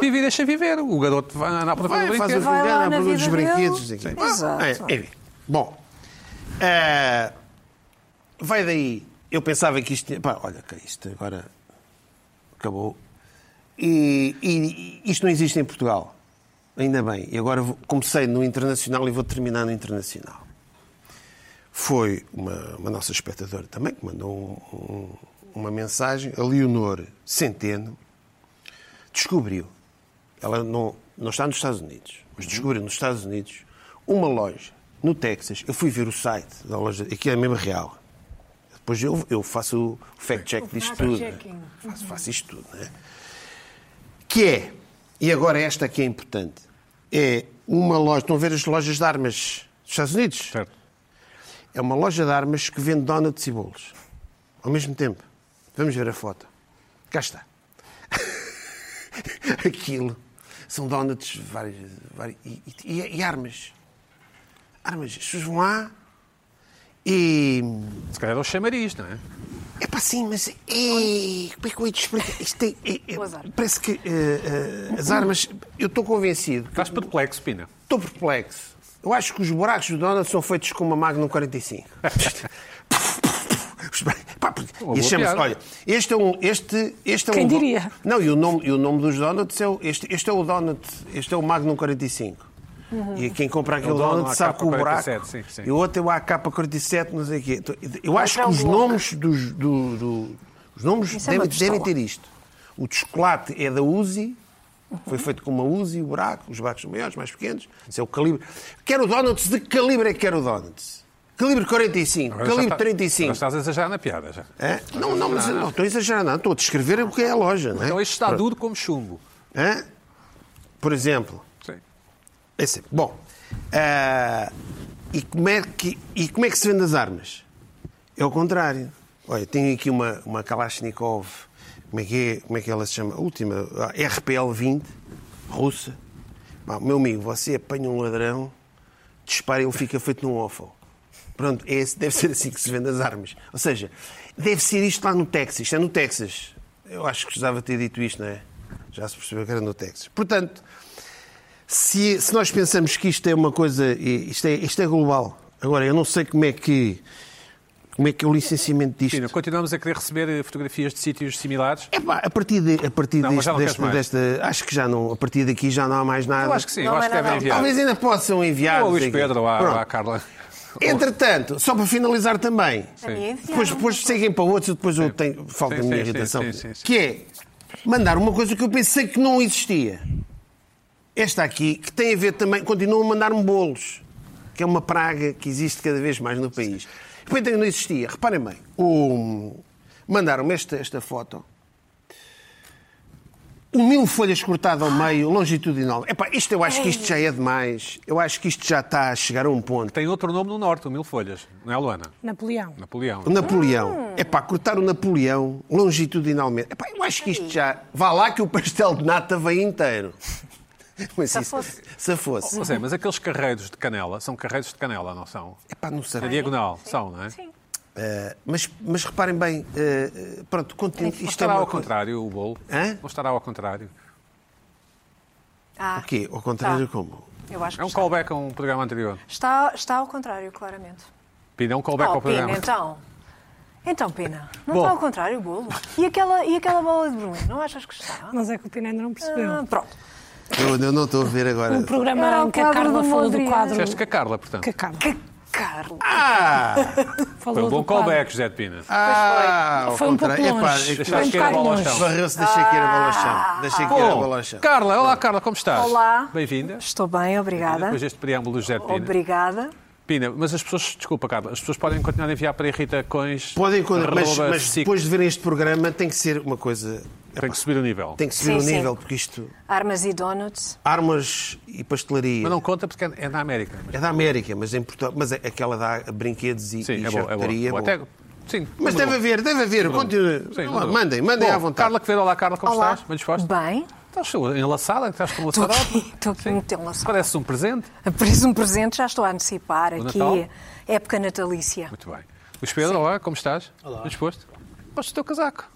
[SPEAKER 1] Vive e deixa viver. O garoto vai andar para
[SPEAKER 2] Vai, faz o
[SPEAKER 1] fazer
[SPEAKER 2] que
[SPEAKER 4] Vai lá
[SPEAKER 2] quer,
[SPEAKER 4] na
[SPEAKER 2] produz os
[SPEAKER 4] vida
[SPEAKER 2] brinquedos.
[SPEAKER 4] dele.
[SPEAKER 2] não sei o quê.
[SPEAKER 4] Exato.
[SPEAKER 2] É, enfim. Bom, eh, vai daí. Eu pensava que isto tinha... Pá, olha, que isto agora acabou. E, e- e isto não existe em Portugal. Ainda bem. E agora vou- comecei no internacional e vou terminar no internacional. Foi uma, uma nossa espectadora também que mandou um- um- uma mensagem. A Leonor Centeno descobriu. Ela não, não está nos Estados Unidos, mas descobriu nos Estados Unidos uma loja no Texas. Eu fui ver o site da loja, aqui é mesmo real. Depois eu, eu faço o fact-check disto tudo. né?
[SPEAKER 4] fact-checking.
[SPEAKER 2] Faço, faço isto tudo, né? Que é, e agora esta aqui é importante, é uma loja, estão a ver as lojas de armas dos Estados Unidos?
[SPEAKER 1] Certo.
[SPEAKER 2] É uma loja de armas que vende donuts e bolos. Ao mesmo tempo. Vamos ver a foto. Cá está. Aquilo. São donuts várias, várias- e, e- e armas. Armas. As pessoas vão lá e...
[SPEAKER 1] Se calhar é o chamariz, não é?
[SPEAKER 2] É pá, sim, mas... é- como é que eu ia te explicar? Isto é- é- é-
[SPEAKER 4] Boas armas.
[SPEAKER 2] parece que eh, eh, as armas... Eu estou convencido. que-
[SPEAKER 1] Estás perplexo, Pina.
[SPEAKER 2] Estou perplexo. Eu acho que os buracos do Donald são feitos com uma Magnum 45. Os bra- Pá, porque-
[SPEAKER 1] Uma
[SPEAKER 2] e
[SPEAKER 1] boa
[SPEAKER 2] chama-se-
[SPEAKER 1] piada.
[SPEAKER 2] olha, este é um. Este, este é
[SPEAKER 3] Quem
[SPEAKER 2] um do-
[SPEAKER 3] diria?
[SPEAKER 2] Não, e o nome, e o nome dos Donuts é o. Este, este é o Donut. Este é o Magnum 45.
[SPEAKER 3] Uhum.
[SPEAKER 2] E quem compra aquele
[SPEAKER 1] É o
[SPEAKER 2] Donut,
[SPEAKER 1] Donut,
[SPEAKER 2] sabe que o buraco.
[SPEAKER 1] AK-47, sim, sim.
[SPEAKER 2] E o outro é o AK-47, não sei o quê. Então, Eu acho
[SPEAKER 4] é
[SPEAKER 2] que
[SPEAKER 4] o
[SPEAKER 2] os
[SPEAKER 4] bloco.
[SPEAKER 2] nomes dos. do- do- os nomes
[SPEAKER 4] Isso é
[SPEAKER 2] devem,
[SPEAKER 4] uma
[SPEAKER 2] devem
[SPEAKER 4] pistola.
[SPEAKER 2] ter isto. O de chocolate é da Uzi, foi feito com uma Uzi, o buraco, os buracos são maiores, mais pequenos. Esse é o calibre. Quero o Donuts, de que calibre é que quero o Donuts? Calibre 45,
[SPEAKER 1] Agora já tá-
[SPEAKER 2] calibre
[SPEAKER 1] está- agora
[SPEAKER 2] 35.
[SPEAKER 1] Estás a exagerar na piada já.
[SPEAKER 2] Hã? Não, não, mas eu não estou a exagerar, não. Estou a descrever o que é a loja, não é?
[SPEAKER 1] Então isto está duro como chumbo.
[SPEAKER 2] Hã? Por exemplo,
[SPEAKER 1] Sim.
[SPEAKER 2] esse. é- Bom, ah, e, como é que, e como é que se vende as armas? É o contrário. Olha, tenho aqui uma, uma Kalashnikov, como é, que é, como é que ela se chama? A última, a RPL-20, russa. Pá, meu amigo, você apanha um ladrão, dispara e ele fica feito num waffle. Pronto, é esse- deve ser assim que se vende as armas. Ou seja, deve ser isto lá no Texas. Isto é no Texas. Eu acho que precisava ter dito isto, não é? Já se percebeu que era no Texas. Portanto, se, se nós pensamos que isto é uma coisa, e isto é, isto é global. Agora, eu não sei como é que, como é, que é o licenciamento disto.
[SPEAKER 1] Cristina, continuamos a querer receber eh, fotografias de sítios similares?
[SPEAKER 2] Epá, a partir, de, a partir
[SPEAKER 1] Não, mas já
[SPEAKER 2] deste,
[SPEAKER 1] não queres
[SPEAKER 2] deste-
[SPEAKER 1] mais.
[SPEAKER 2] desta- Acho que já não. A partir daqui já não há mais nada.
[SPEAKER 1] Eu acho que sim, eu
[SPEAKER 4] Não
[SPEAKER 1] acho
[SPEAKER 4] é
[SPEAKER 1] que devem
[SPEAKER 4] nada.
[SPEAKER 1] enviar.
[SPEAKER 2] Talvez ainda possam enviar.
[SPEAKER 1] Ou ao
[SPEAKER 2] não
[SPEAKER 1] Luís
[SPEAKER 2] sei o quê.
[SPEAKER 1] Pedro, ou à, ou à
[SPEAKER 2] Pronto.
[SPEAKER 1] Carla.
[SPEAKER 2] Entretanto, só para finalizar também.
[SPEAKER 4] A minha é enfiada.
[SPEAKER 2] Depois, depois seguem para outros e depois eu tenho, falta
[SPEAKER 1] Sim,
[SPEAKER 2] a minha
[SPEAKER 1] sim, sim,
[SPEAKER 2] irritação.
[SPEAKER 1] sim, sim, sim.
[SPEAKER 2] Que é mandar uma coisa que eu pensei que não existia. Esta aqui, que tem a ver também, continuam a mandar-me bolos, que é uma praga que existe cada vez mais no país. Depois tem- não existia. Reparem bem, o- mandaram-me esta, esta foto. O mil folhas cortado ao meio, longitudinal. Epá, isto eu acho que isto já é demais. Eu acho que isto já está a chegar a um ponto.
[SPEAKER 1] Tem outro nome no Norte, o Mil Folhas. Não é, Luana?
[SPEAKER 3] Napoleão.
[SPEAKER 1] Napoleão.
[SPEAKER 2] O Napoleão. É pá, cortar o Napoleão longitudinalmente. É pá, eu acho que isto já. Vá lá que o pastel de nata vem inteiro. Mas
[SPEAKER 4] Se
[SPEAKER 2] isso-
[SPEAKER 4] fosse.
[SPEAKER 2] Se fosse.
[SPEAKER 1] Mas é, mas aqueles carreiros de canela, são carreiros de canela, não são?
[SPEAKER 2] É pá, não
[SPEAKER 1] Na
[SPEAKER 2] sei.
[SPEAKER 1] diagonal, são, não é?
[SPEAKER 4] Sim.
[SPEAKER 2] Eh, mas, mas reparem bem, eh, eh, pronto, continua.
[SPEAKER 1] Não
[SPEAKER 2] Isto é
[SPEAKER 1] estará
[SPEAKER 2] uma
[SPEAKER 1] ao
[SPEAKER 2] coisa-
[SPEAKER 1] contrário o bolo?
[SPEAKER 2] Hã?
[SPEAKER 1] Não estará ao contrário?
[SPEAKER 4] Ah,
[SPEAKER 2] O quê? Ao contrário
[SPEAKER 4] Tá.
[SPEAKER 2] como?
[SPEAKER 4] eu acho que
[SPEAKER 1] É um
[SPEAKER 4] está.
[SPEAKER 1] callback a um programa anterior.
[SPEAKER 4] Está, está ao contrário, claramente.
[SPEAKER 1] Pina, é um callback
[SPEAKER 4] Oh,
[SPEAKER 1] ao programa.
[SPEAKER 4] Pina, então. Então, Pina, não
[SPEAKER 1] Bom.
[SPEAKER 4] está ao contrário o bolo? E aquela, e aquela bola de Berlim, não achas que está?
[SPEAKER 3] Mas é que o Pina ainda não percebeu.
[SPEAKER 4] Ah, pronto.
[SPEAKER 2] Eu, eu não estou a ver agora.
[SPEAKER 3] O programa
[SPEAKER 4] Era
[SPEAKER 3] em
[SPEAKER 4] o
[SPEAKER 3] que a
[SPEAKER 4] quadro
[SPEAKER 3] Carla
[SPEAKER 4] do
[SPEAKER 3] falou do
[SPEAKER 4] Modric.
[SPEAKER 3] quadro.
[SPEAKER 1] Disseste que a Carla,
[SPEAKER 3] Que
[SPEAKER 1] portanto.
[SPEAKER 3] a Carla
[SPEAKER 4] Que Carlos.
[SPEAKER 2] Ah!
[SPEAKER 1] Foi
[SPEAKER 3] falou
[SPEAKER 1] um bom
[SPEAKER 3] do quadro.
[SPEAKER 1] callback, José de Pina.
[SPEAKER 2] Ah! ao
[SPEAKER 3] Foi um pouco
[SPEAKER 2] contrário. É pá,
[SPEAKER 3] longe.
[SPEAKER 2] é que-
[SPEAKER 1] Deixaste
[SPEAKER 3] Foi um
[SPEAKER 1] cair a
[SPEAKER 3] bocado
[SPEAKER 1] bola ao
[SPEAKER 3] longe.
[SPEAKER 1] chão.
[SPEAKER 2] Varreu-se, deixei cair a bola ao chão. Deixei
[SPEAKER 1] é
[SPEAKER 2] cair a bola ao chão.
[SPEAKER 1] Carla, olá Carla, como estás?
[SPEAKER 4] Olá.
[SPEAKER 1] Bem-vinda.
[SPEAKER 4] Estou bem, obrigada.
[SPEAKER 1] Depois deste preâmbulo do José de Pina.
[SPEAKER 4] Obrigada.
[SPEAKER 1] Pina, mas as pessoas, desculpa Carla, as pessoas podem continuar a enviar para Rita Cões.
[SPEAKER 2] Podem,
[SPEAKER 1] arroba,
[SPEAKER 2] mas, mas
[SPEAKER 1] SIC.
[SPEAKER 2] depois de verem este programa, tem que ser uma coisa.
[SPEAKER 1] Tem que subir o nível.
[SPEAKER 2] Tem que subir o
[SPEAKER 4] Sim, sim.
[SPEAKER 2] nível, porque isto.
[SPEAKER 4] Armas e donuts.
[SPEAKER 2] Armas e pastelaria.
[SPEAKER 1] Mas não conta porque é é na América. Mas-
[SPEAKER 2] É da América, mas é em Portugal. Mas é aquela dá brinquedos e,
[SPEAKER 1] Sim,
[SPEAKER 2] e
[SPEAKER 1] é bom, é bom.
[SPEAKER 2] charcutaria, é
[SPEAKER 1] Bom,
[SPEAKER 2] bom.
[SPEAKER 1] até- Sim, mudou.
[SPEAKER 2] Mas deve haver, deve haver. Continua.
[SPEAKER 1] Sim,
[SPEAKER 2] Lá,
[SPEAKER 1] mudou.
[SPEAKER 2] mandem, mandem
[SPEAKER 1] Bom,
[SPEAKER 2] à vontade.
[SPEAKER 1] Carla Quevedo, olá Carla, como
[SPEAKER 4] Olá.
[SPEAKER 1] estás? Bem disposta?
[SPEAKER 4] Bem.
[SPEAKER 1] Estás enlaçada? Estás com uma
[SPEAKER 4] Estou
[SPEAKER 1] saudade?
[SPEAKER 4] aqui, estou aqui
[SPEAKER 1] Sim.
[SPEAKER 4] muito enlaçada.
[SPEAKER 1] Parece um presente?
[SPEAKER 4] Aparece um presente, já estou a antecipar
[SPEAKER 1] O
[SPEAKER 4] aqui.
[SPEAKER 1] Natal?
[SPEAKER 4] Época natalícia.
[SPEAKER 1] Muito bem. Luís Pedro, olá, como estás? Olá. Disposto? Posto o teu casaco.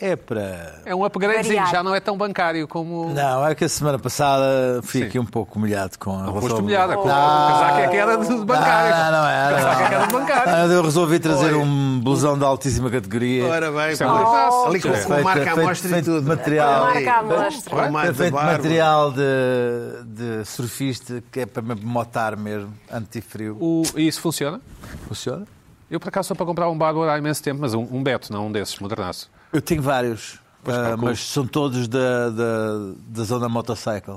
[SPEAKER 5] É para.
[SPEAKER 1] É um upgradezinho,
[SPEAKER 4] Variado.
[SPEAKER 1] já não é tão bancário como...
[SPEAKER 5] Não, é que a semana passada fui
[SPEAKER 1] Sim.
[SPEAKER 5] aqui um pouco humilhado com a
[SPEAKER 1] Não
[SPEAKER 5] relação
[SPEAKER 1] foste
[SPEAKER 5] ao-
[SPEAKER 1] humilhada, com o
[SPEAKER 5] Não.
[SPEAKER 1] casaco é que era de de bancário.
[SPEAKER 5] Não, não, não é.
[SPEAKER 1] O casaco é que era de bancário.
[SPEAKER 5] Eu resolvi trazer um blusão de altíssima categoria.
[SPEAKER 2] Ora bem,
[SPEAKER 1] Isto é
[SPEAKER 2] pá.
[SPEAKER 1] um abraço.
[SPEAKER 2] ali com,
[SPEAKER 1] Feito-
[SPEAKER 2] com marca à
[SPEAKER 5] feito-
[SPEAKER 2] mostra e
[SPEAKER 5] feito
[SPEAKER 2] tudo.
[SPEAKER 5] material.
[SPEAKER 4] Marca à
[SPEAKER 2] Ali,
[SPEAKER 4] amostra.
[SPEAKER 2] com a marca
[SPEAKER 5] É
[SPEAKER 2] da
[SPEAKER 5] feito
[SPEAKER 2] barba.
[SPEAKER 5] material de, de surfista que é para me motar mesmo, antifrio.
[SPEAKER 1] O- E isso funciona?
[SPEAKER 5] Funciona?
[SPEAKER 1] Eu, por acaso, sou para comprar um Bárbaro há imenso tempo, mas um, um Beto, não um desses, modernaço.
[SPEAKER 5] Eu tenho vários, ah,
[SPEAKER 1] calculo.
[SPEAKER 5] mas são todos da, da, da zona motorcycle.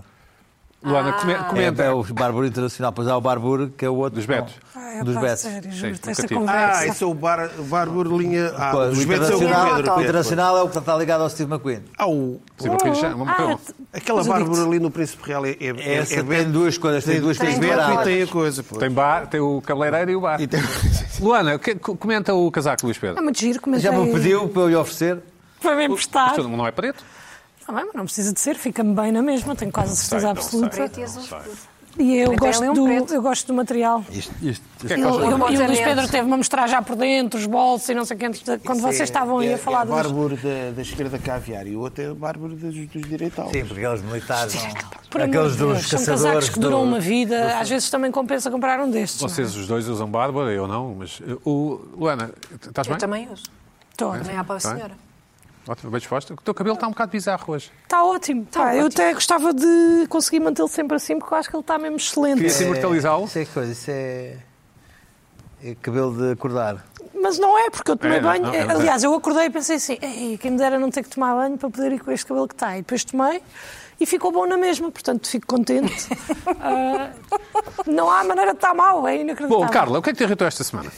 [SPEAKER 1] Luana, come-
[SPEAKER 4] Ah.
[SPEAKER 1] comenta.
[SPEAKER 5] É, é o Barbur Internacional, pois há o Barbur que é o outro.
[SPEAKER 1] Dos Betos.
[SPEAKER 3] Ah, é
[SPEAKER 5] Dos
[SPEAKER 3] pá,
[SPEAKER 5] Betos.
[SPEAKER 3] sério,
[SPEAKER 1] Sim,
[SPEAKER 3] juro-te,
[SPEAKER 1] nunca
[SPEAKER 3] esta
[SPEAKER 1] tive.
[SPEAKER 3] conversa.
[SPEAKER 2] Ah, isso é o bar, o Bárbaro Linha. Ah,
[SPEAKER 5] Pois,
[SPEAKER 2] os
[SPEAKER 5] o
[SPEAKER 2] Betos é o
[SPEAKER 5] internacional,
[SPEAKER 2] Pedro.
[SPEAKER 5] o
[SPEAKER 2] Pedro.
[SPEAKER 5] internacional é o que está ligado ao Steve McQueen.
[SPEAKER 2] Ah, o-
[SPEAKER 1] Sim, é uma coisa- uma-
[SPEAKER 3] Ah,
[SPEAKER 4] é.
[SPEAKER 1] uma-
[SPEAKER 2] Aquela
[SPEAKER 3] mas eu
[SPEAKER 2] Bárbara
[SPEAKER 3] digo-te,
[SPEAKER 2] ali no Príncipe Real é, é, é,
[SPEAKER 5] Essa
[SPEAKER 2] é
[SPEAKER 5] tem
[SPEAKER 2] Beto,
[SPEAKER 5] duas coisas, tem duas
[SPEAKER 2] tem
[SPEAKER 5] coisas
[SPEAKER 2] Beto e
[SPEAKER 5] temporadas.
[SPEAKER 2] tem a coisa. pô.
[SPEAKER 1] Tem, bar, tem o cabeleireiro e o bar. Luana, o que- co- comenta o casaco, Luís
[SPEAKER 3] É
[SPEAKER 1] Pedro.
[SPEAKER 3] muito giro, comentei.
[SPEAKER 5] Já me pediu para eu lhe oferecer.
[SPEAKER 3] Foi bem
[SPEAKER 1] Isto
[SPEAKER 3] emprestado.
[SPEAKER 1] não é preto?
[SPEAKER 3] Ah, bem, mas não precisa de ser, fica-me bem na mesma, tenho quase a certeza
[SPEAKER 1] Sei, não
[SPEAKER 3] absoluta.
[SPEAKER 1] sei,
[SPEAKER 4] Preto e
[SPEAKER 1] não
[SPEAKER 4] azul
[SPEAKER 1] sei.
[SPEAKER 4] escuro.
[SPEAKER 3] E eu
[SPEAKER 4] Também tem ali
[SPEAKER 3] gosto,
[SPEAKER 4] um
[SPEAKER 3] do,
[SPEAKER 4] preto.
[SPEAKER 3] eu gosto do material.
[SPEAKER 5] Isto, isto,
[SPEAKER 1] que é que
[SPEAKER 3] E o-
[SPEAKER 1] Pois,
[SPEAKER 3] e o
[SPEAKER 4] completamente.
[SPEAKER 3] Luís Pedro teve-me a mostrar já por dentro os bolsos e não sei o que, quando vocês estavam aí
[SPEAKER 2] é-
[SPEAKER 3] a falar
[SPEAKER 2] é
[SPEAKER 3] dos...
[SPEAKER 2] Bárbaro da, da esquerda caviar e o outro é o Bárbaro dos, dos direitais.
[SPEAKER 5] Sim, porque aqueles militares,
[SPEAKER 3] Por
[SPEAKER 5] não,
[SPEAKER 3] amor
[SPEAKER 5] aqueles
[SPEAKER 3] de Deus,
[SPEAKER 5] dos
[SPEAKER 3] são
[SPEAKER 5] caçadores
[SPEAKER 3] casacos que duram
[SPEAKER 5] do-
[SPEAKER 3] uma vida, às vezes também compensa comprar um destes. não é?
[SPEAKER 1] Vocês os dois usam Bárbara, eu não, mas... eh, O, Luana, estás
[SPEAKER 4] Eu
[SPEAKER 1] bem?
[SPEAKER 4] também uso.
[SPEAKER 3] Estou.
[SPEAKER 4] Também há para a
[SPEAKER 1] Tá.
[SPEAKER 4] senhora.
[SPEAKER 1] Ótimo, bem disposta. O teu cabelo está um bocado bizarro hoje.
[SPEAKER 3] Está Tá ótimo.
[SPEAKER 4] Tá
[SPEAKER 3] Pá, Eu até gostava de conseguir mantê-lo sempre assim, porque eu acho que ele está
[SPEAKER 1] Queria
[SPEAKER 3] mesmo excelente.
[SPEAKER 1] ser imortalizá-lo.
[SPEAKER 5] Isso é que coisa, isso é. é cabelo de acordar.
[SPEAKER 3] Mas não é, porque eu tomei
[SPEAKER 1] É, não,
[SPEAKER 3] banho.
[SPEAKER 1] não, é verdade.
[SPEAKER 3] Aliás, eu acordei e pensei assim: Ei, quem me dera não ter que tomar banho para poder ir com este cabelo que está. E depois tomei e ficou bom na mesma, portanto fico contente. Ah, não há maneira de estar mal, é
[SPEAKER 4] Tá
[SPEAKER 3] inacreditável.
[SPEAKER 1] Bom, Carla, o que é que te irritou esta semana?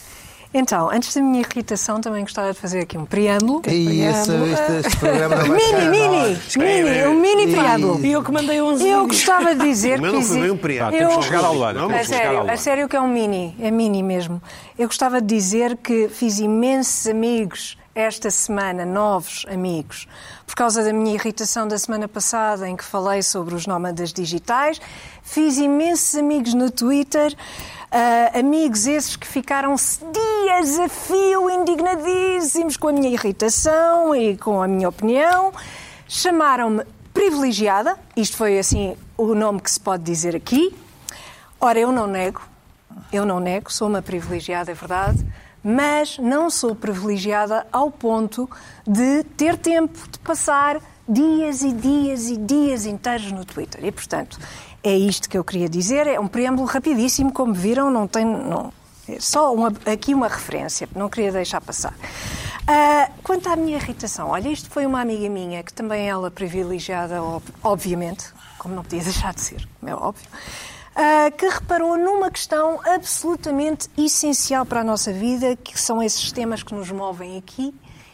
[SPEAKER 4] Então, antes da minha irritação, também gostava de fazer aqui um preâmbulo.
[SPEAKER 5] E esse, este, este programa não vai
[SPEAKER 4] Mini,
[SPEAKER 5] chegar a
[SPEAKER 4] mini,
[SPEAKER 5] nós.
[SPEAKER 4] mini, um mini
[SPEAKER 5] Ih.
[SPEAKER 4] preâmbulo.
[SPEAKER 3] E eu que mandei 11
[SPEAKER 4] Eu
[SPEAKER 3] vídeos.
[SPEAKER 4] gostava de dizer
[SPEAKER 2] O
[SPEAKER 4] que.
[SPEAKER 2] meu não foi
[SPEAKER 4] exi-
[SPEAKER 2] bem um preâmbulo.
[SPEAKER 1] Temos
[SPEAKER 4] Eu-
[SPEAKER 1] que chegar ao lado.
[SPEAKER 2] Não,
[SPEAKER 4] A
[SPEAKER 1] Temos que chegar ao
[SPEAKER 4] sério, a
[SPEAKER 1] lado.
[SPEAKER 4] sério que é um mini, é mini mesmo. Eu gostava de dizer que fiz imensos amigos esta semana, novos amigos, por causa da minha irritação da semana passada em que falei sobre os nómadas digitais. Fiz imensos amigos no Twitter, ah, amigos esses que ficaram dias a fio indignadíssimos com a minha irritação e com a minha opinião. Chamaram-me privilegiada, isto foi assim o nome que se pode dizer aqui. Ora, eu não nego, eu não nego, sou uma privilegiada, é verdade, mas não sou privilegiada ao ponto de ter tempo de passar dias e dias e dias inteiros no Twitter. E, portanto, é isto que eu queria dizer. É um preâmbulo rapidíssimo, como viram, não tem. Não, é só uma- aqui uma referência, não queria deixar passar. Ah, quanto à minha irritação, olha, isto foi uma amiga minha, que também ela privilegiada, ob- obviamente, como não podia deixar de ser, como é óbvio, ah, que reparou numa questão absolutamente essencial para a nossa vida, que são esses temas que nos movem aqui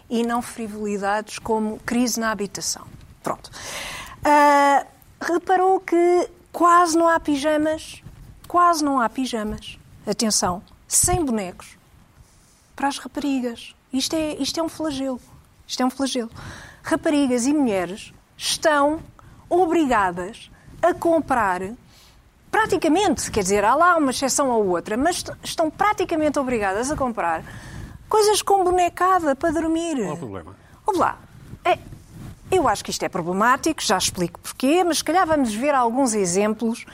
[SPEAKER 4] e não frivolidades como crise na habitação. Pronto. Ah, reparou que quase não há pijamas, quase não há pijamas, atenção, sem bonecos, para as raparigas. Isto é, isto é um flagelo. Isto é um flagelo. Raparigas e mulheres estão obrigadas a comprar praticamente, quer dizer, há lá uma exceção ou outra, mas est- estão praticamente obrigadas a comprar coisas com bonecada para dormir.
[SPEAKER 1] Qual é o problema?
[SPEAKER 4] Vamos lá. É, eu acho que isto é problemático, já explico porquê, mas se calhar vamos ver alguns exemplos.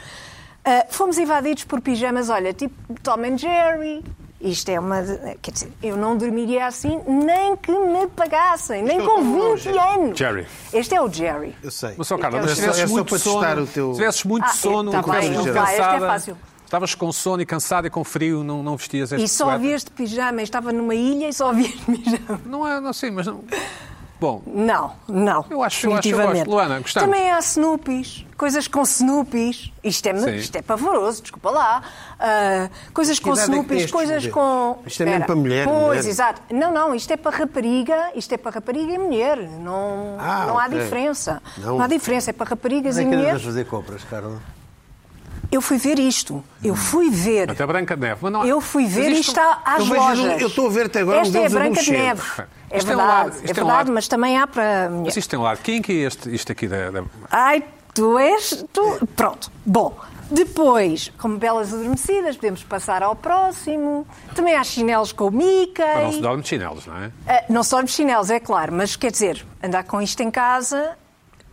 [SPEAKER 4] Ah, fomos invadidos por pijamas, olha, tipo Tom and Jerry. Isto é uma. de- Quer dizer, eu não dormiria assim nem que me pagassem, nem
[SPEAKER 2] é o
[SPEAKER 4] com
[SPEAKER 2] Tom, não é o
[SPEAKER 4] 20 anos.
[SPEAKER 1] Jerry.
[SPEAKER 4] Este é o Jerry.
[SPEAKER 2] Eu sei.
[SPEAKER 1] Mas só, Carla,
[SPEAKER 4] É
[SPEAKER 1] mas
[SPEAKER 4] só-
[SPEAKER 1] se tivesses
[SPEAKER 2] é só
[SPEAKER 1] muito
[SPEAKER 2] para testar
[SPEAKER 1] sono,
[SPEAKER 2] o teu-
[SPEAKER 1] se tivesses muito
[SPEAKER 4] Ah, é,
[SPEAKER 1] sono,
[SPEAKER 4] tá
[SPEAKER 1] não
[SPEAKER 4] bem,
[SPEAKER 1] tivesses
[SPEAKER 4] não vai, este é
[SPEAKER 1] cansada,
[SPEAKER 4] fácil.
[SPEAKER 1] estavas com sono e cansada e com frio, não, não vestias este
[SPEAKER 4] E
[SPEAKER 2] é
[SPEAKER 4] só
[SPEAKER 1] suéter.
[SPEAKER 4] vi este pijama, eu estava numa ilha e só vi este pijama.
[SPEAKER 1] Não é, não sei, mas... Não... Bom,
[SPEAKER 4] Não, não.
[SPEAKER 1] Eu acho- eu acho- eu gosto.
[SPEAKER 4] definitivamente.
[SPEAKER 1] Luana, gostamos.
[SPEAKER 4] Também há Snoopies, coisas com Snoopies. Isto
[SPEAKER 1] Sim.
[SPEAKER 4] é, isto é pavoroso, desculpa lá. Ah, coisas com
[SPEAKER 2] idade é que
[SPEAKER 4] Snoopies,
[SPEAKER 2] tens,
[SPEAKER 4] coisas
[SPEAKER 2] Judith?
[SPEAKER 4] com.
[SPEAKER 2] Isto é mesmo
[SPEAKER 4] Espera.
[SPEAKER 2] para mulher,
[SPEAKER 4] Pois,
[SPEAKER 2] mulher.
[SPEAKER 4] exato. Não, não, isto é para rapariga, isto é para rapariga e mulher. Não,
[SPEAKER 2] Ah,
[SPEAKER 4] não há
[SPEAKER 2] ok.
[SPEAKER 4] diferença.
[SPEAKER 2] Não.
[SPEAKER 4] Não. há diferença, é para raparigas
[SPEAKER 5] Onde
[SPEAKER 4] e
[SPEAKER 5] é que andas
[SPEAKER 4] mulheres.
[SPEAKER 5] a fazer compras, Carla?
[SPEAKER 4] Eu fui ver isto. Eu fui ver.
[SPEAKER 1] até Branca de Neve. Mas não...
[SPEAKER 4] Eu fui ver
[SPEAKER 1] mas
[SPEAKER 4] e está às
[SPEAKER 2] eu vejo-
[SPEAKER 4] lojas.
[SPEAKER 2] eu estou a ver até agora
[SPEAKER 4] Esta
[SPEAKER 2] um
[SPEAKER 4] é a
[SPEAKER 2] deles
[SPEAKER 4] Branca de Neve.
[SPEAKER 2] adolescente.
[SPEAKER 4] É
[SPEAKER 1] Isto é um lado-
[SPEAKER 4] verdade,
[SPEAKER 1] isto
[SPEAKER 4] é,
[SPEAKER 1] é um
[SPEAKER 4] verdade,
[SPEAKER 1] lado-
[SPEAKER 4] mas também há para
[SPEAKER 1] Mas
[SPEAKER 4] mulheres.
[SPEAKER 1] isto tem um lado kinky, este, isto aqui da... da...
[SPEAKER 4] Ai, tu és. Tu... Pronto. Bom, depois, como belas adormecidas, podemos passar ao próximo. Também há chinelos com o Mickey.
[SPEAKER 1] Mas Não se dorme de chinelos, não é?
[SPEAKER 4] Ah, não só de chinelos, é claro, mas quer dizer, andar com isto em casa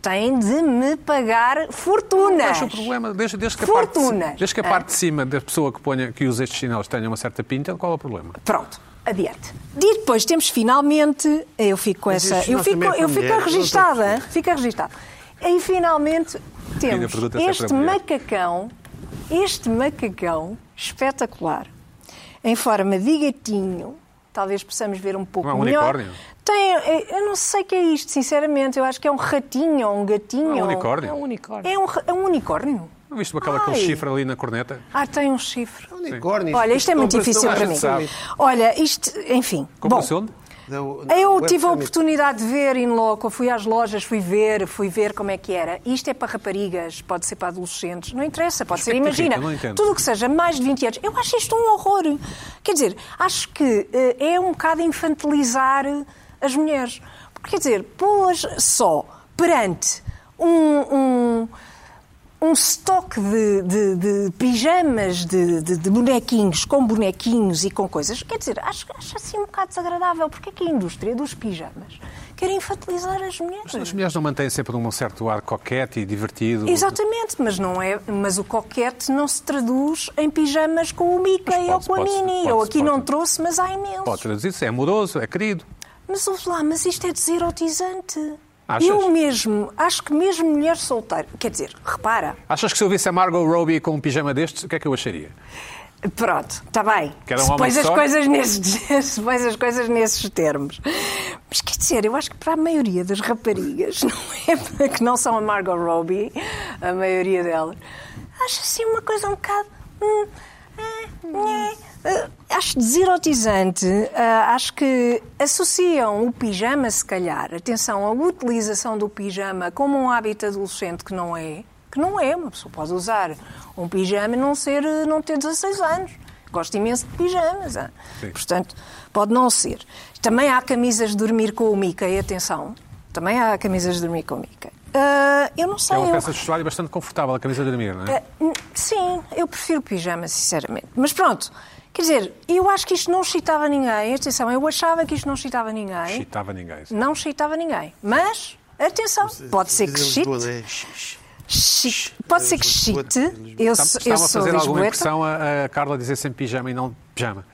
[SPEAKER 4] tem de me pagar fortuna.
[SPEAKER 1] Acho o problema, desde, desde que a parte, de-
[SPEAKER 4] Fortunas.
[SPEAKER 1] desde que a
[SPEAKER 4] Ah.
[SPEAKER 1] parte de cima da pessoa que, ponha, que usa estes chinelos tenha uma certa pinta, qual é o problema?
[SPEAKER 4] Pronto, adiante. E depois temos finalmente, eu fico com
[SPEAKER 2] Mas
[SPEAKER 4] essa.
[SPEAKER 2] isto
[SPEAKER 4] Eu
[SPEAKER 2] não
[SPEAKER 4] fico,
[SPEAKER 2] também é para
[SPEAKER 4] eu fico
[SPEAKER 2] mulheres, não
[SPEAKER 4] registada, fica registada. E finalmente temos
[SPEAKER 1] pergunta se é para
[SPEAKER 4] este
[SPEAKER 1] mulher.
[SPEAKER 4] macacão, este macacão espetacular, em forma de gatinho, talvez possamos ver um pouco
[SPEAKER 1] Não é um
[SPEAKER 4] melhor.
[SPEAKER 1] unicórnio?
[SPEAKER 4] Tem, eu não sei o que é isto, sinceramente. Eu acho que é um ratinho ou um gatinho.
[SPEAKER 1] É um
[SPEAKER 4] ou-
[SPEAKER 1] unicórnio.
[SPEAKER 3] É um unicórnio.
[SPEAKER 4] É um, ra- é um unicórnio.
[SPEAKER 1] Não viste aquela com
[SPEAKER 4] Ai.
[SPEAKER 1] chifre ali na corneta?
[SPEAKER 4] Ah, tem um chifre.
[SPEAKER 2] Unicórnios.
[SPEAKER 4] Olha, isto é muito
[SPEAKER 2] Compra-se
[SPEAKER 4] difícil
[SPEAKER 2] uma
[SPEAKER 4] para
[SPEAKER 2] loja
[SPEAKER 4] mim.
[SPEAKER 2] de sabe.
[SPEAKER 4] Olha, isto, enfim. Bom,
[SPEAKER 1] Compra-se onde?
[SPEAKER 2] Da-
[SPEAKER 4] eu
[SPEAKER 2] Web
[SPEAKER 4] tive a
[SPEAKER 2] Summit.
[SPEAKER 4] oportunidade de ver in loco, fui às lojas, fui ver, fui ver como é que era. Isto é para raparigas, pode ser para adolescentes, não interessa, pode
[SPEAKER 1] é
[SPEAKER 4] ser,
[SPEAKER 1] que te
[SPEAKER 4] imagina,
[SPEAKER 1] irrita? Não entendo.
[SPEAKER 4] tudo o que seja mais de 20 anos. Eu acho isto um horror. Quer dizer, acho que eh, é um bocado infantilizar as mulheres. Porque, quer dizer, pôs só perante um- um um estoque de, de- de pijamas, de, de- de bonequinhos, com bonequinhos e com coisas. Quer dizer, acho, acho assim um bocado desagradável. Porque é que a indústria dos pijamas quer infantilizar as mulheres?
[SPEAKER 1] As mulheres não é mantêm sempre um certo ar coquete e divertido.
[SPEAKER 4] Exatamente, mas não é, mas o coquete não se traduz em pijamas com o Mickey
[SPEAKER 1] Mas pode-se,
[SPEAKER 4] ou com a
[SPEAKER 1] pode-se,
[SPEAKER 4] Minnie. Eu
[SPEAKER 1] pode-se,
[SPEAKER 4] aqui não
[SPEAKER 1] pode-se.
[SPEAKER 4] trouxe, mas há imensos.
[SPEAKER 1] Pode traduzir-se, é amoroso, é querido.
[SPEAKER 4] Mas ouve lá, mas isto é deserotizante.
[SPEAKER 1] Achas?
[SPEAKER 4] Eu mesmo, acho que mesmo mulher solteira, quer dizer, repara,
[SPEAKER 1] Achas que se eu visse a Margot Robbie com um pijama destes, o que é que eu acharia?
[SPEAKER 4] Pronto, está bem.
[SPEAKER 1] Que era um
[SPEAKER 4] Se
[SPEAKER 1] homem
[SPEAKER 4] pões as
[SPEAKER 1] só.
[SPEAKER 4] coisas nesses, se pões as coisas nesses termos. Mas quer dizer, eu acho que para a maioria das raparigas, não é? Para que não são a Margot Robbie, a maioria delas, acho assim uma coisa um bocado. hum, ah, nhé. Ah, Acho desirotizante, Ah, acho que associam o pijama, se calhar, atenção, a utilização do pijama como um hábito adolescente que não é, que não é, uma pessoa pode usar um pijama e não, ser, eh, não ter 16 anos. Gosto imenso de pijamas, ah.
[SPEAKER 1] Sim.
[SPEAKER 4] portanto, pode não ser. Também há camisas de dormir com o Mickey, atenção, também há camisas de dormir com o Mickey. Ah, eu não sei,
[SPEAKER 1] É uma
[SPEAKER 4] eu-
[SPEAKER 1] peça de vestuário bastante confortável, a camisa de dormir, não é?
[SPEAKER 4] ah, n- Sim, eu prefiro pijama, sinceramente. Mas pronto, quer dizer, eu acho que isto não excitava ninguém. Atenção, eu achava que isto não excitava ninguém.
[SPEAKER 1] Chitava ninguém.
[SPEAKER 4] Não excitava ninguém. Mas, atenção, pode ser que
[SPEAKER 2] Lisboa,
[SPEAKER 4] excite.
[SPEAKER 2] né?
[SPEAKER 4] Chi- Pode ser que chite. Eu,
[SPEAKER 1] Está-
[SPEAKER 4] sou-
[SPEAKER 1] Estava
[SPEAKER 4] eu
[SPEAKER 1] a
[SPEAKER 4] sou
[SPEAKER 1] fazer alguma
[SPEAKER 4] lisboeta.
[SPEAKER 1] impressão a, a Carla dizer sempre pijama e não pijama.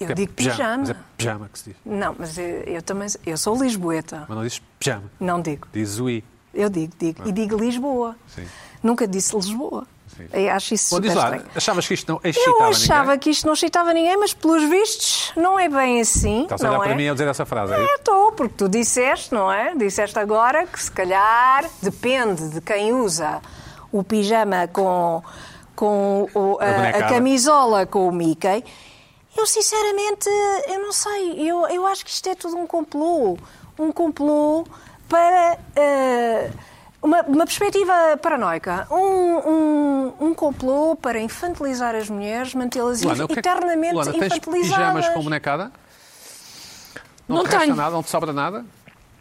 [SPEAKER 4] Eu
[SPEAKER 1] Que é
[SPEAKER 4] digo
[SPEAKER 1] Mas é
[SPEAKER 4] pijama.
[SPEAKER 1] pijama que se diz.
[SPEAKER 4] Não, mas eu, eu também. Eu sou lisboeta.
[SPEAKER 1] Mas não diz pijama.
[SPEAKER 4] Não digo.
[SPEAKER 1] Diz ui.
[SPEAKER 4] Eu digo, digo. E digo Lisboa.
[SPEAKER 1] Sim.
[SPEAKER 4] Nunca disse Lisboa.
[SPEAKER 1] Sim.
[SPEAKER 4] Eu acho isso
[SPEAKER 1] Bom,
[SPEAKER 4] super
[SPEAKER 1] diz lá,
[SPEAKER 4] estranho.
[SPEAKER 1] achavas que isto não
[SPEAKER 4] Eu
[SPEAKER 1] excitava
[SPEAKER 4] achava
[SPEAKER 1] ninguém?
[SPEAKER 4] que isto não excitava ninguém, mas pelos vistos não é bem assim.
[SPEAKER 1] Estás a
[SPEAKER 4] não
[SPEAKER 1] olhar
[SPEAKER 4] é?
[SPEAKER 1] Então, para mim e a dizer essa frase. é
[SPEAKER 4] É,
[SPEAKER 1] isso?
[SPEAKER 4] estou, porque tu disseste, não é? Disseste agora que se calhar depende de quem usa o pijama com, com o- a, a
[SPEAKER 1] bonecada.
[SPEAKER 4] camisola com o Mickey. Eu, sinceramente, eu não sei. Eu, eu acho que isto é tudo um complô. Um complô para. eh, uma, uma perspectiva paranoica. Um, um, um complô para infantilizar as mulheres, mantê-las
[SPEAKER 1] Luana, o que é que-
[SPEAKER 4] eternamente
[SPEAKER 1] Luana, tens
[SPEAKER 4] infantilizadas.
[SPEAKER 1] pijamas com bonecada? Não,
[SPEAKER 3] Não
[SPEAKER 1] te resta
[SPEAKER 3] tenho.
[SPEAKER 1] nada, não te sobra nada?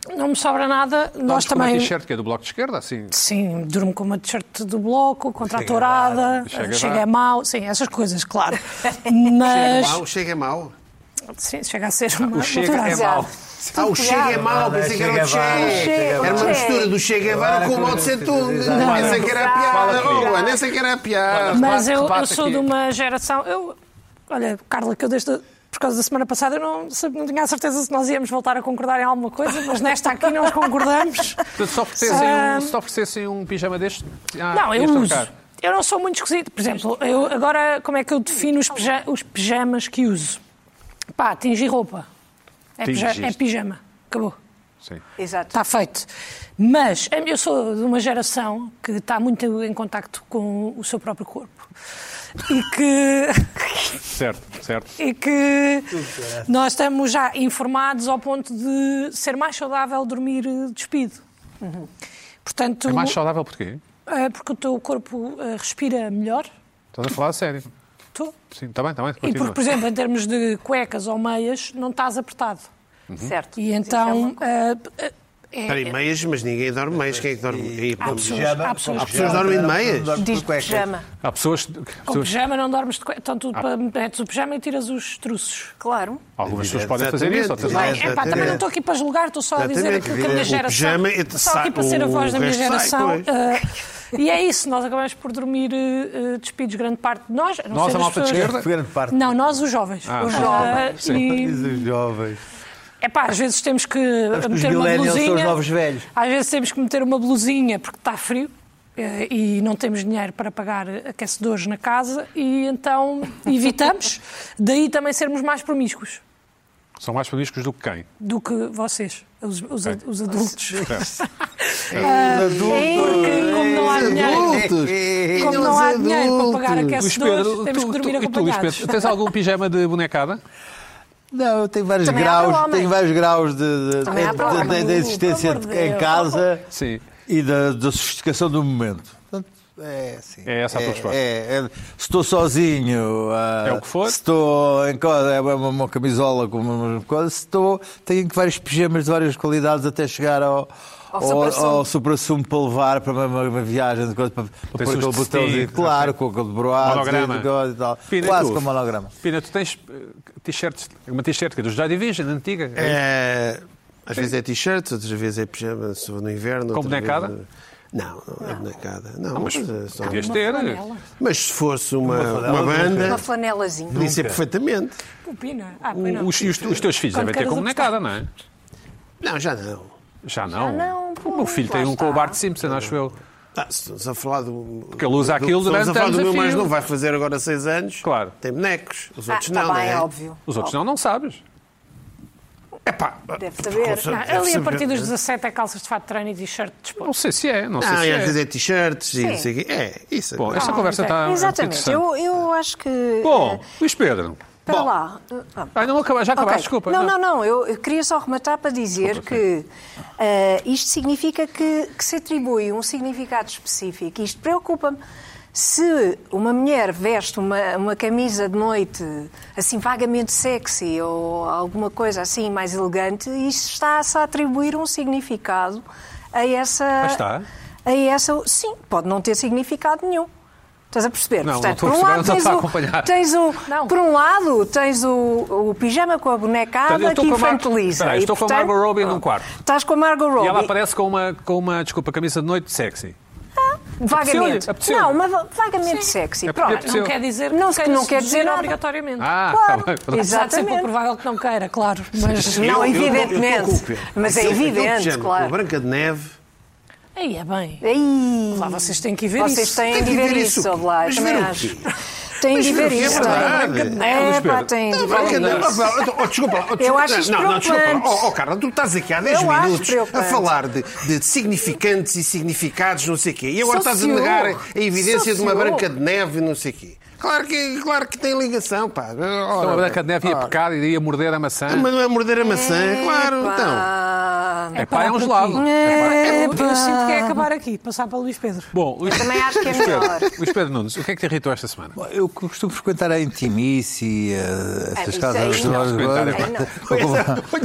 [SPEAKER 4] é um
[SPEAKER 3] Não me sobra nada. Nós
[SPEAKER 1] Dormes com uma
[SPEAKER 3] também.
[SPEAKER 1] t-shirt que é do Bloco de Esquerda, assim.
[SPEAKER 3] Sim, durmo com uma t-shirt do bloco, contra a tourada,
[SPEAKER 1] Chega
[SPEAKER 3] chega,
[SPEAKER 1] lá.
[SPEAKER 3] a mal, sim, essas coisas, claro. Mas.
[SPEAKER 2] É Mau, chega mal.
[SPEAKER 3] Sim, chega a ser uma.
[SPEAKER 1] O
[SPEAKER 3] uma
[SPEAKER 1] chega é
[SPEAKER 3] tourada.
[SPEAKER 1] mau.
[SPEAKER 2] Ah, o Chega é mau,
[SPEAKER 5] Nada,
[SPEAKER 2] pensei que era o
[SPEAKER 5] Che Guevara,
[SPEAKER 2] Che.
[SPEAKER 4] Che,
[SPEAKER 2] Era uma
[SPEAKER 4] Che.
[SPEAKER 2] mistura do Che Guevara com o Mao Tse Tung.
[SPEAKER 5] Não,
[SPEAKER 2] Pensei que era a piada,
[SPEAKER 1] Fala, filho.
[SPEAKER 2] Rua, nem sei que era a piada.
[SPEAKER 3] Mas
[SPEAKER 1] Rebate,
[SPEAKER 3] eu, eu
[SPEAKER 1] rebate
[SPEAKER 3] sou
[SPEAKER 1] aqui.
[SPEAKER 3] de uma geração. Eu, olha, Carla, que eu desde. Por causa da semana passada, eu não, sab- não tinha a certeza se nós íamos voltar a concordar em alguma coisa, mas nesta aqui nós concordamos.
[SPEAKER 1] Portanto, se oferecessem, um,
[SPEAKER 3] Ah.
[SPEAKER 1] se te oferecessem um pijama deste, ah,
[SPEAKER 3] não, eu
[SPEAKER 1] ias
[SPEAKER 3] uso.
[SPEAKER 1] trocar.
[SPEAKER 3] Eu não sou muito esquisito. Por exemplo, eu, agora como é que eu defino os, pija- os pijamas que uso? Pá, tingir roupa. É, pija-
[SPEAKER 1] Tingiste.
[SPEAKER 3] é pijama. Acabou.
[SPEAKER 1] Sim.
[SPEAKER 4] Exato.
[SPEAKER 1] Tá.
[SPEAKER 3] Está feito. Mas hum, eu sou de uma geração que está muito em contacto com o seu próprio corpo. E que
[SPEAKER 1] Certo, certo.
[SPEAKER 3] e que nós estamos já informados ao ponto de ser mais saudável dormir eh, despido. Portanto,
[SPEAKER 1] É mais saudável porquê?
[SPEAKER 3] eh, porque o teu corpo eh, respira melhor,
[SPEAKER 1] Estás a falar a sério.
[SPEAKER 3] tu,
[SPEAKER 1] Sim, está bem, está bem.
[SPEAKER 3] e
[SPEAKER 1] Continua.
[SPEAKER 3] porque, por exemplo, em termos de cuecas ou meias, não estás apertado.
[SPEAKER 4] Certo. é
[SPEAKER 3] E então eh, eh,
[SPEAKER 2] Peraí, meias, mas ninguém dorme meias. Quem é que dorme? Aí, pá,
[SPEAKER 5] Pijama,
[SPEAKER 3] há pessoas
[SPEAKER 5] com
[SPEAKER 3] que
[SPEAKER 5] pijama,
[SPEAKER 2] dormem de
[SPEAKER 5] não
[SPEAKER 2] meias.
[SPEAKER 5] dorme
[SPEAKER 4] Diz
[SPEAKER 5] com cuecas.
[SPEAKER 4] pijama.
[SPEAKER 1] Há pessoas, que-
[SPEAKER 3] com
[SPEAKER 1] pessoas-
[SPEAKER 3] pijama não dormes de cuecas. Então
[SPEAKER 1] Ah.
[SPEAKER 3] tu pa- metes o pijama e tiras os truços.
[SPEAKER 4] Claro.
[SPEAKER 1] algumas pessoas
[SPEAKER 2] Evidente,
[SPEAKER 1] podem fazer
[SPEAKER 2] exatamente,
[SPEAKER 1] isso, outras não.
[SPEAKER 2] exatamente.
[SPEAKER 3] É, pá, também não estou aqui para julgar, estou só a dizer
[SPEAKER 2] Exatamente.
[SPEAKER 3] aquilo que a minha
[SPEAKER 2] O
[SPEAKER 3] geração.
[SPEAKER 2] pijama é de
[SPEAKER 3] estou só aqui
[SPEAKER 2] saco,
[SPEAKER 3] para ser a voz da
[SPEAKER 2] o
[SPEAKER 3] minha
[SPEAKER 2] resto sai,
[SPEAKER 3] geração.
[SPEAKER 2] pois.
[SPEAKER 3] eh, e é isso, nós acabamos por dormir eh, eh, despidos grande parte de nós. não
[SPEAKER 1] Nós,
[SPEAKER 3] ser
[SPEAKER 1] a
[SPEAKER 3] das
[SPEAKER 1] malta de
[SPEAKER 3] pessoas-
[SPEAKER 1] esquerda?
[SPEAKER 5] Grande parte. Ah,
[SPEAKER 3] Não, nós os jovens. os jovens.
[SPEAKER 5] Diz os jovens.
[SPEAKER 3] É pá, às vezes temos que eh,
[SPEAKER 5] que os
[SPEAKER 3] meter uma
[SPEAKER 5] millennials são os
[SPEAKER 3] blusinha.
[SPEAKER 5] novos velhos.
[SPEAKER 3] Às vezes temos que meter uma blusinha porque está frio eh, e não temos dinheiro para pagar aquecedores na casa e então evitamos. Daí também sermos mais promíscuos
[SPEAKER 1] São mais promíscuos do que quem?
[SPEAKER 3] do que vocês, os, os ad- os adultos. Porque como não há dinheiro, é
[SPEAKER 2] Adultos!
[SPEAKER 3] como não há dinheiro para pagar
[SPEAKER 1] Luís
[SPEAKER 3] aquecedores,
[SPEAKER 1] Pedro,
[SPEAKER 3] temos que
[SPEAKER 1] tu, tu,
[SPEAKER 3] dormir
[SPEAKER 1] e tu, Luís
[SPEAKER 3] acompanhados.
[SPEAKER 1] Pedro, tens algum pijama de bonecada?
[SPEAKER 5] Não, eu tenho vários
[SPEAKER 4] Também há para
[SPEAKER 5] graus,
[SPEAKER 4] homens.
[SPEAKER 5] tenho vários graus de, de,
[SPEAKER 4] Também há para
[SPEAKER 5] de-
[SPEAKER 4] homens.
[SPEAKER 5] de- da existência
[SPEAKER 3] Pelo amor de
[SPEAKER 5] em
[SPEAKER 3] Deus.
[SPEAKER 5] casa
[SPEAKER 1] Sim.
[SPEAKER 5] e da, da sofisticação do momento. Portanto, é assim.
[SPEAKER 1] É essa a tua resposta.
[SPEAKER 5] é- é- se estou sozinho, ah,
[SPEAKER 1] É o que for.
[SPEAKER 5] se estou em casa, é uma, uma camisola com uma uma coisa, se estou, tenho vários pijamas de várias qualidades até chegar ao.
[SPEAKER 4] Ao
[SPEAKER 5] ao-
[SPEAKER 4] supra-sumo.
[SPEAKER 5] ao supra-sumo para levar para uma, uma- uma viagem, de coisa, para, para
[SPEAKER 1] Tens
[SPEAKER 5] pôr
[SPEAKER 1] os
[SPEAKER 5] aquele
[SPEAKER 1] de
[SPEAKER 5] botãozinho,
[SPEAKER 1] stick,
[SPEAKER 5] claro, com aquele broado,
[SPEAKER 1] Monograma.
[SPEAKER 5] de coisa e tal.
[SPEAKER 1] Pina,
[SPEAKER 5] Quase
[SPEAKER 1] tu?
[SPEAKER 5] com monograma.
[SPEAKER 1] Pina, tu tens eh, t-shirts, uma t-shirt que é dos Joy Division, antiga.
[SPEAKER 2] É, às vezes é t-shirt, outras vezes é pijama, se for no inverno.
[SPEAKER 1] Com
[SPEAKER 2] outra vez-
[SPEAKER 1] bonecada? Ah,
[SPEAKER 2] Não, não é bonecada. Não, mas, é só-
[SPEAKER 1] Podias ter.
[SPEAKER 3] flanela.
[SPEAKER 2] mas se fosse uma, uma,
[SPEAKER 5] flanela,
[SPEAKER 2] banda,
[SPEAKER 4] Uma flanelazinha.
[SPEAKER 2] podia ser perfeitamente.
[SPEAKER 3] O Pina. Ah, pois
[SPEAKER 1] O-
[SPEAKER 3] não.
[SPEAKER 1] Os, e os, os teus filhos
[SPEAKER 3] Quando
[SPEAKER 1] devem ter
[SPEAKER 3] queres
[SPEAKER 1] com bonecada, não é?
[SPEAKER 2] Não, já não.
[SPEAKER 1] Já não.
[SPEAKER 4] não,
[SPEAKER 1] o meu
[SPEAKER 4] pois,
[SPEAKER 1] filho tem
[SPEAKER 4] lá
[SPEAKER 1] um com o
[SPEAKER 4] está.
[SPEAKER 1] Bart Simpson, acho eu.
[SPEAKER 2] Ah, se estamos a falar do. Porque
[SPEAKER 1] ele usa aquilo
[SPEAKER 2] Estamos a
[SPEAKER 1] durante
[SPEAKER 2] falar do
[SPEAKER 1] anos
[SPEAKER 2] meu
[SPEAKER 1] a
[SPEAKER 2] mais
[SPEAKER 1] fio.
[SPEAKER 2] novo, vai fazer agora 6 anos.
[SPEAKER 1] Claro.
[SPEAKER 2] Tem bonecos. Os
[SPEAKER 4] Ah,
[SPEAKER 2] outros
[SPEAKER 4] está
[SPEAKER 2] não, não
[SPEAKER 4] bem,
[SPEAKER 2] é?
[SPEAKER 4] óbvio.
[SPEAKER 1] Os outros não, não sabes.
[SPEAKER 2] Epá,
[SPEAKER 4] Deve saber.
[SPEAKER 2] com-
[SPEAKER 3] Ah,
[SPEAKER 2] deve
[SPEAKER 3] ali a
[SPEAKER 2] saber.
[SPEAKER 3] partir dos 17 é calças de fato de treino e t-shirt de desporto.
[SPEAKER 1] Não sei se é, não sei
[SPEAKER 2] Ah,
[SPEAKER 1] se
[SPEAKER 2] e às vezes
[SPEAKER 1] é.
[SPEAKER 2] é t-shirts e não sei o quê. É, isso.
[SPEAKER 1] Bom, esta
[SPEAKER 3] Ah,
[SPEAKER 1] conversa
[SPEAKER 3] ok.
[SPEAKER 1] está
[SPEAKER 4] Exatamente.
[SPEAKER 2] é
[SPEAKER 1] interessante.
[SPEAKER 4] Eu, eu acho que.
[SPEAKER 1] Bom,
[SPEAKER 4] eh,
[SPEAKER 1] Luís Pedro.
[SPEAKER 4] Espera
[SPEAKER 1] Bom.
[SPEAKER 4] lá. Ah,
[SPEAKER 1] Ai, não acaba, já acabaste,
[SPEAKER 4] ok.
[SPEAKER 1] desculpa.
[SPEAKER 4] Não, não, não. Eu, eu queria só rematar para dizer
[SPEAKER 1] Desculpa,
[SPEAKER 4] que eh, isto significa que, que se atribui um significado específico. Isto preocupa-me. Se uma mulher veste uma, uma camisa de noite assim vagamente sexy ou alguma coisa assim mais elegante, isto está-se a atribuir um significado a essa.
[SPEAKER 1] Mas está?
[SPEAKER 4] A essa. Sim, pode não ter significado nenhum. Estás a perceber?
[SPEAKER 1] Não, não
[SPEAKER 4] Portanto,
[SPEAKER 1] estou a
[SPEAKER 4] por um
[SPEAKER 1] perceber, não
[SPEAKER 4] lado tens
[SPEAKER 1] estou a
[SPEAKER 4] o-
[SPEAKER 1] acompanhar.
[SPEAKER 4] Tens o,
[SPEAKER 3] Não.
[SPEAKER 4] por um lado, tens o, o pijama com a bonecada
[SPEAKER 1] Portanto, eu estou
[SPEAKER 4] que
[SPEAKER 1] com a Mar-
[SPEAKER 4] infantiliza.
[SPEAKER 1] Espera aí,
[SPEAKER 4] E,
[SPEAKER 1] estou com a
[SPEAKER 4] portanto, Ah.
[SPEAKER 1] Margot Robbie num
[SPEAKER 4] pronto.
[SPEAKER 1] quarto.
[SPEAKER 4] Estás com a Margot Robbie.
[SPEAKER 1] E ela aparece com uma, com uma, desculpa, camisa de noite sexy.
[SPEAKER 4] Vagamente.
[SPEAKER 1] Apeteceu-lhe? Apeteceu-lhe?
[SPEAKER 4] Não, mas vagamente sexy.
[SPEAKER 1] É porque
[SPEAKER 4] Pronto.
[SPEAKER 1] apeteceu.
[SPEAKER 3] Não quer dizer que
[SPEAKER 4] Não-
[SPEAKER 3] queira
[SPEAKER 4] não quer dizer
[SPEAKER 3] seduzir
[SPEAKER 4] nada.
[SPEAKER 3] obrigatoriamente.
[SPEAKER 1] Ah,
[SPEAKER 4] Claro.
[SPEAKER 1] tá bem.
[SPEAKER 4] Exato.
[SPEAKER 3] Apesar de ser pouco
[SPEAKER 4] Exatamente.
[SPEAKER 3] provável que não queira, claro. Mas
[SPEAKER 4] Não,
[SPEAKER 2] Eu- eu- eu- eu
[SPEAKER 4] evidentemente.
[SPEAKER 2] estou com o Pedro.
[SPEAKER 4] Mas é
[SPEAKER 2] Aquele- aquele
[SPEAKER 4] evidente,
[SPEAKER 2] género,
[SPEAKER 4] claro.
[SPEAKER 2] A Branca de Neve.
[SPEAKER 3] aí é bem.
[SPEAKER 4] Aí,
[SPEAKER 3] Lá vocês têm que ir ver
[SPEAKER 4] vocês
[SPEAKER 3] isso.
[SPEAKER 4] têm
[SPEAKER 2] Tem
[SPEAKER 4] de ver isso,
[SPEAKER 2] o quê?
[SPEAKER 4] Oblá, eu
[SPEAKER 2] Mas
[SPEAKER 4] também
[SPEAKER 2] ver o
[SPEAKER 4] acho.
[SPEAKER 2] quê?
[SPEAKER 4] Têm de
[SPEAKER 2] Mas
[SPEAKER 4] ver
[SPEAKER 2] ver o quê?
[SPEAKER 4] isso.
[SPEAKER 2] É verdade.
[SPEAKER 4] É pá,
[SPEAKER 1] Luís
[SPEAKER 4] têm de
[SPEAKER 2] Não, vai,
[SPEAKER 4] ver
[SPEAKER 2] que- não,
[SPEAKER 4] isso.
[SPEAKER 2] não, oh, desculpa, oh,
[SPEAKER 4] Eu
[SPEAKER 2] desculpa,
[SPEAKER 4] acho isso
[SPEAKER 2] não, não, desculpa.
[SPEAKER 4] preocupante.
[SPEAKER 2] Oh, oh, Carla, tu estás aqui há 10
[SPEAKER 4] Eu acho
[SPEAKER 2] minutos a
[SPEAKER 4] preocupante.
[SPEAKER 2] falar de, de significantes e significados, não sei o quê. E agora estás a
[SPEAKER 3] Sociólogo.
[SPEAKER 2] negar a evidência de uma
[SPEAKER 3] Sociólogo.
[SPEAKER 2] branca de neve, não sei o quê. Claro que, claro que tem ligação, pá. Ora,
[SPEAKER 1] Então a Branca de Neve ia pecar e ia morder a maçã.
[SPEAKER 2] Mas não é morder a maçã, claro, então.
[SPEAKER 4] Epá.
[SPEAKER 1] É pá, é um
[SPEAKER 3] Parar por
[SPEAKER 1] gelado.
[SPEAKER 3] aqui.
[SPEAKER 1] É pá.
[SPEAKER 3] Eu, eu sinto que é acabar aqui, passar para Luís Pedro.
[SPEAKER 1] Bom, Luís,
[SPEAKER 4] Também acho que é
[SPEAKER 1] Luís Pedro-
[SPEAKER 4] melhor.
[SPEAKER 1] Luís Pedro Nunes, o que é que te irritou esta semana?
[SPEAKER 5] Bom, Eu costumo frequesentar a Intimice e eh,
[SPEAKER 4] Ah,
[SPEAKER 5] essas
[SPEAKER 4] isso
[SPEAKER 5] casas
[SPEAKER 4] aí
[SPEAKER 5] de
[SPEAKER 4] não.
[SPEAKER 5] agora.
[SPEAKER 4] Aí não.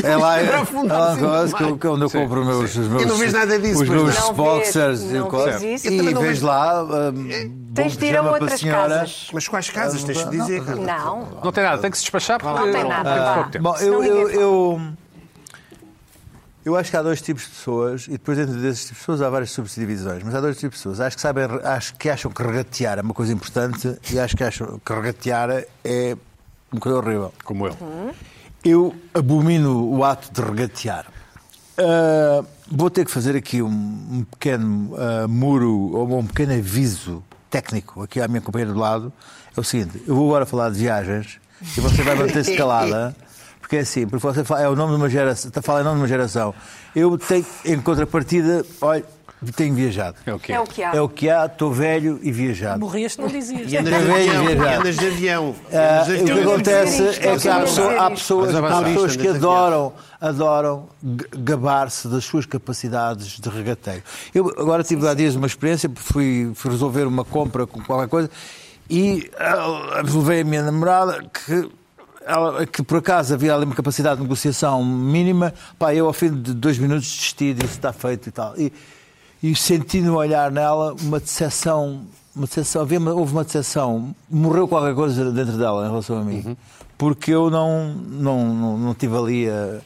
[SPEAKER 5] É lá, é
[SPEAKER 2] Olha,
[SPEAKER 5] lá
[SPEAKER 2] olha,
[SPEAKER 5] quase que eu- que onde eu
[SPEAKER 1] Sim,
[SPEAKER 5] compro os meus, os meus,
[SPEAKER 2] E não vês nada disso, pois
[SPEAKER 5] os meus
[SPEAKER 4] não.
[SPEAKER 5] boxers
[SPEAKER 4] Não vês,
[SPEAKER 5] e o
[SPEAKER 4] não vês isso.
[SPEAKER 5] coisa.
[SPEAKER 4] Eu
[SPEAKER 5] E
[SPEAKER 2] também não
[SPEAKER 5] vejo
[SPEAKER 2] vejo.
[SPEAKER 5] lá. ah, bom
[SPEAKER 4] Tens de ir a
[SPEAKER 5] pijama para
[SPEAKER 4] outras
[SPEAKER 5] senhora.
[SPEAKER 4] casas.
[SPEAKER 2] Mas quais casas tens de dizer? Carla?
[SPEAKER 4] Não.
[SPEAKER 1] Não tem nada, tem que se despachar porque
[SPEAKER 4] Não tem nada,
[SPEAKER 1] temos
[SPEAKER 4] vá.
[SPEAKER 1] pouco tempo.
[SPEAKER 5] Ah, Bom,
[SPEAKER 4] Senão
[SPEAKER 5] eu,
[SPEAKER 4] ninguém
[SPEAKER 5] eu,
[SPEAKER 4] fala.
[SPEAKER 5] eu, eu acho que há dois tipos de pessoas, e depois dentro desses tipos de pessoas há várias subdivisões, mas há dois tipos de pessoas. Acho que, sabem, acho que acham que regatear é uma coisa importante e acho que acham que regatear é uma coisa horrível.
[SPEAKER 1] Como eu.
[SPEAKER 5] Eu abomino o ato de regatear. Ah, vou ter que fazer aqui um, um pequeno ah, muro ou um pequeno aviso técnico aqui à minha companheira do lado. É o seguinte: eu vou agora falar de viagens e você vai manter-se calada. Porque é assim, porque você fala, é o nome de uma geração, fala em nome de uma geração. Eu tenho, em contrapartida, olha, tenho viajado.
[SPEAKER 1] É o que
[SPEAKER 4] É o que há.
[SPEAKER 5] É o que há, estou velho e viajado.
[SPEAKER 3] Morrias, não dizias.
[SPEAKER 2] E andas de
[SPEAKER 5] Vem
[SPEAKER 2] avião,
[SPEAKER 5] viajar.
[SPEAKER 2] e andas de avião.
[SPEAKER 5] Ah,
[SPEAKER 2] andas de
[SPEAKER 5] o que
[SPEAKER 2] avião.
[SPEAKER 5] acontece
[SPEAKER 4] dizer isto,
[SPEAKER 5] é que há,
[SPEAKER 4] não
[SPEAKER 5] pessoa-
[SPEAKER 4] dizer
[SPEAKER 5] há
[SPEAKER 4] isto.
[SPEAKER 5] pessoas,
[SPEAKER 2] Mas
[SPEAKER 5] há
[SPEAKER 2] avançaste,
[SPEAKER 5] pessoas que
[SPEAKER 2] andas de avião.
[SPEAKER 5] adoram, adoram g- gabar-se das suas capacidades de regateio. Eu agora tive há dias uma experiência, fui, fui resolver uma compra com qualquer coisa e ah, levei a minha namorada que. ela- que por acaso havia ali uma capacidade de negociação mínima, pá, eu ao fim de dois minutos desisti e disse está feito e tal. E, e senti no olhar nela uma decepção. Uma decepção havia uma- houve uma decepção. Morreu qualquer coisa dentro dela em relação a mim. Porque eu não, não, não, não estive ali a,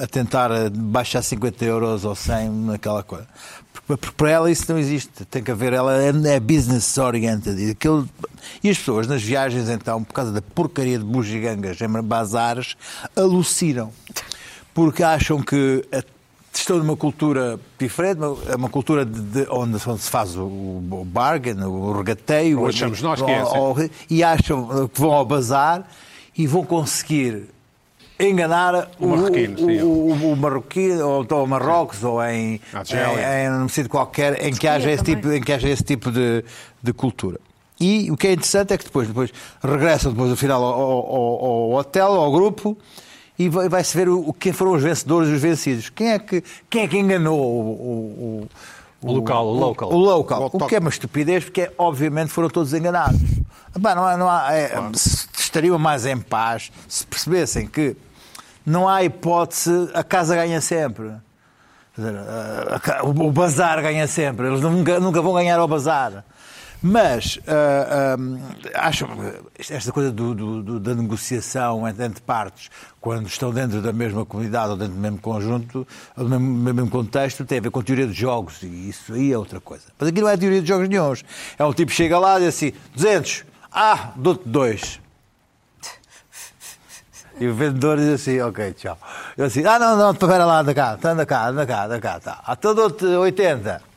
[SPEAKER 5] a, a tentar baixar 50 euros ou 100 naquela coisa. Porque porque para ela isso não existe. Tem que haver. Ela é, é business oriented. E, aquilo- e as pessoas nas viagens, então, por causa da porcaria de bugigangas em bazares, alucinam. Porque acham que a- Estou numa cultura diferente, é uma cultura de, de- onde, onde se faz o, o bargain, o regateio.
[SPEAKER 1] Ou achamos nós que é,
[SPEAKER 5] ou- ou- e acham que vão ao bazar e vão conseguir enganar
[SPEAKER 1] O marroquino,
[SPEAKER 5] o,
[SPEAKER 1] sim.
[SPEAKER 5] o- o marroquino, ou então ao Marrocos, ou em,
[SPEAKER 1] Na Argélia.
[SPEAKER 5] em- em um sítio qualquer em que haja esse tipo, em que haja esse tipo de, de cultura. E o que é interessante é que depois, depois regressam depois, no final ao, ao- ao hotel, ao grupo, e vai- vai-se ver o, o- quem foram os vencedores e os vencidos. Quem é que, quem é que enganou o, o-
[SPEAKER 1] O local, o local.
[SPEAKER 5] O local.
[SPEAKER 2] O
[SPEAKER 5] O que
[SPEAKER 2] autóctone.
[SPEAKER 5] é uma estupidez, porque é, obviamente foram todos enganados. Epá, não há- não há- é, se estariam mais em paz se percebessem que não há hipótese, a casa ganha sempre. Quer dizer, eh, a- a ca- o o bazar ganha sempre, eles nunca, nunca vão ganhar ao bazar. Mas ah, ah, acho esta coisa do- do- do- da negociação entre, entre partes, quando estão dentro da mesma comunidade ou dentro do mesmo conjunto, ou do mesmo, do mesmo contexto, tem a ver com teoria de jogos e isso aí é outra coisa. Mas aqui não é teoria de jogos nenhums. É um tipo que chega lá e diz assim: 200, ah, dou-te dois. E o vendedor diz assim, ok, tchau. Eu assim, ah, não, não, espera lá, anda cá, anda cá, anda cá, anda cá, tá. Ah, então dou-te 80.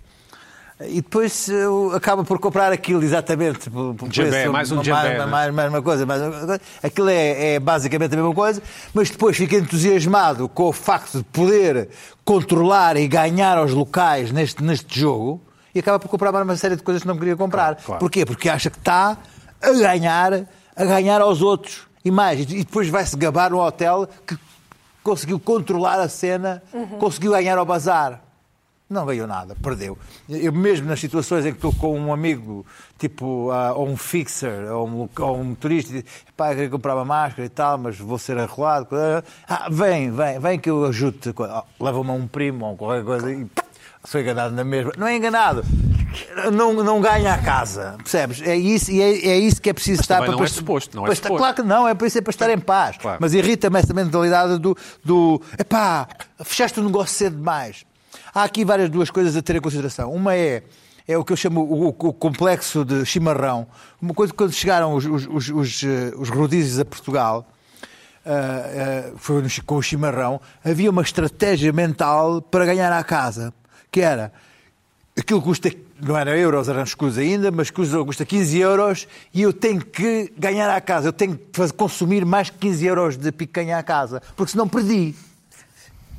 [SPEAKER 5] E depois eu acaba por comprar aquilo, exatamente. Por, por
[SPEAKER 1] Jambé, mais um jambé,
[SPEAKER 5] Mais,
[SPEAKER 1] né?
[SPEAKER 5] mais, mais uma coisa, mais uma coisa. Aquilo é, é basicamente a mesma coisa, mas depois fica entusiasmado com o facto de poder controlar e ganhar aos locais neste, neste jogo e acaba por comprar mais uma série de coisas que não queria comprar.
[SPEAKER 1] claro.
[SPEAKER 5] Porquê? Porque acha que está a ganhar, a ganhar aos outros. E mais, e depois vai-se gabar no hotel que conseguiu controlar a cena, conseguiu ganhar ao bazar. Não ganhou nada, perdeu. Eu mesmo nas situações em que estou com um amigo, tipo, ah, ou um fixer, ou um, loca- ou um motorista, e diz, pá, eu queria comprar uma máscara e tal, mas vou ser arrolado. Ah, vem, vem, vem que eu ajudo-te. Ah, Leva-me a um primo ou qualquer coisa e pff, sou enganado na mesma. Não é enganado. Não, não ganha a casa, percebes? É isso, e é, é isso que é preciso estar
[SPEAKER 1] também
[SPEAKER 5] para
[SPEAKER 1] não
[SPEAKER 5] para
[SPEAKER 1] é
[SPEAKER 5] est-
[SPEAKER 1] suposto, não é
[SPEAKER 5] para estar-
[SPEAKER 1] suposto.
[SPEAKER 5] Claro que não, é para isso, é para estar em paz.
[SPEAKER 1] Claro.
[SPEAKER 5] Mas irrita-me essa mentalidade do, do epá, fechaste o negócio cedo demais. Há aqui várias duas coisas a ter em consideração. Uma é é o que eu chamo o, o- o complexo de chimarrão. Uma coisa que quando chegaram os, os, os, os, eh, os rodízios a Portugal, ah, ah, foi no chi- com o chimarrão, havia uma estratégia mental para ganhar à casa, que era aquilo custa, não era euros, eram escudos ainda, mas custa, custa 15 euros e eu tenho que ganhar à casa, eu tenho que fazer- consumir mais que 15 euros de picanha à casa, porque senão perdi.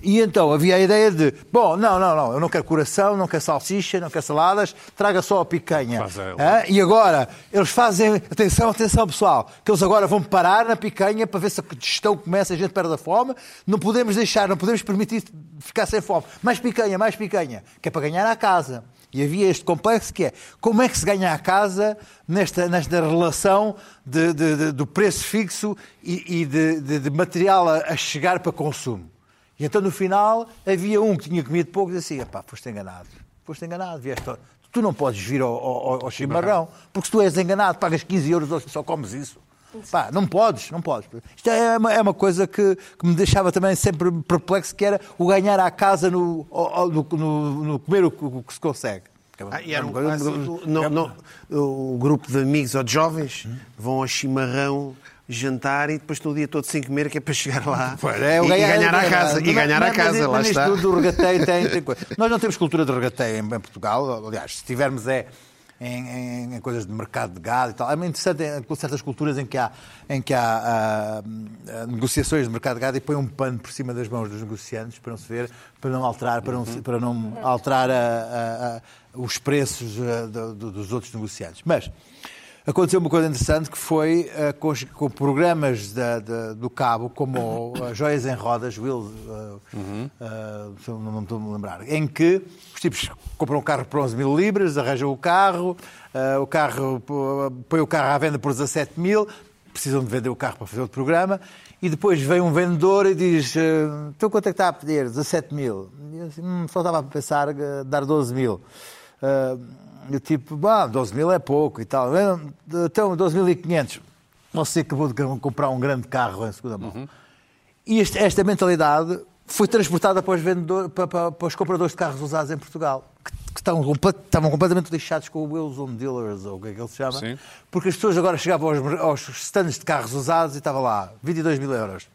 [SPEAKER 5] E então havia a ideia de, bom, não, não, não, eu não quero coração, não quero salsicha, não quero saladas, traga só a picanha.
[SPEAKER 1] Faz a-
[SPEAKER 5] Hã? E agora, eles fazem, atenção, atenção pessoal, que eles agora vão parar na picanha para ver se a gestão começa, a gente perde a fome, não podemos deixar, não podemos permitir ficar sem fome. Mais picanha, mais picanha, que é para ganhar à casa. E havia este complexo que é, como é que se ganha à casa nesta, nesta relação de- de- de- do preço fixo e, e de, de- de material a, a chegar para consumo? E então no final havia um que tinha comido pouco e dizia assim: pá, foste enganado, foste enganado, vieste. ao- Tu não podes vir ao, ao- ao- ao chimarrão, porque se tu és enganado, pagas 15 euros ou só comes isso. Pá, não podes, não podes. Isto é uma, é uma coisa que, que me deixava também sempre perplexo, que era o ganhar à casa no, ao- ao- no- no- no comer o, que- o que se consegue. É
[SPEAKER 2] Ah, e era um clássico. Não, não, o grupo de amigos ou de jovens vão ao chimarrão jantar e depois estão o dia todo sem comer, que é para chegar lá
[SPEAKER 5] Pois é, o
[SPEAKER 2] e, e
[SPEAKER 5] ganhar-
[SPEAKER 2] ganhar à casa. E
[SPEAKER 5] Mas-
[SPEAKER 2] ganhar à
[SPEAKER 5] mas-
[SPEAKER 2] casa,
[SPEAKER 5] mas
[SPEAKER 2] lá
[SPEAKER 5] nisto
[SPEAKER 2] está.
[SPEAKER 5] do- do regateio tem, tem coisa. Nós não temos cultura de regateio em, em Portugal. Aliás, se tivermos é em, em- em coisas de mercado de gado e tal. É muito interessante em, com certas culturas em que há, em que há ah, ah, negociações de mercado de gado e põe um pano por cima das mãos dos negociantes para não se ver, para não alterar, para
[SPEAKER 2] Uhum.
[SPEAKER 5] não, se- para não alterar a- a- a- os preços ah, do- do- dos outros negociantes. Mas Aconteceu uma coisa interessante que foi eh, com, os- com programas da- da- do Cabo, como o, eh, Joias em Rodas, Will, eh, eh, se eu não, não me estou a lembrar, em que os tipos compram um carro por 11 mil libras, arranjam o carro, eh, o carro pô- põe o carro à venda por 17 mil, precisam de vender o carro para fazer outro programa, e depois vem um vendedor e diz: eh, Então quanto é que está a pedir? 17 mil. E eu assim, hum, só estava a pensar eh, dar 12 mil. Ah, eu tipo, bah, 12 mil é pouco e tal. Eu, Então, 12.500. Você acabou de comprar um grande carro em segunda mão. E este- esta mentalidade foi transportada para os, vendedor- para, para- para os compradores de carros usados em Portugal, que, que estavam, comple- estavam completamente lixados com o Wills on Dealers, ou o que é que ele se chama,
[SPEAKER 1] Sim.
[SPEAKER 5] porque as pessoas agora chegavam aos, mer- aos stands de carros usados e estava lá, 22 mil euros.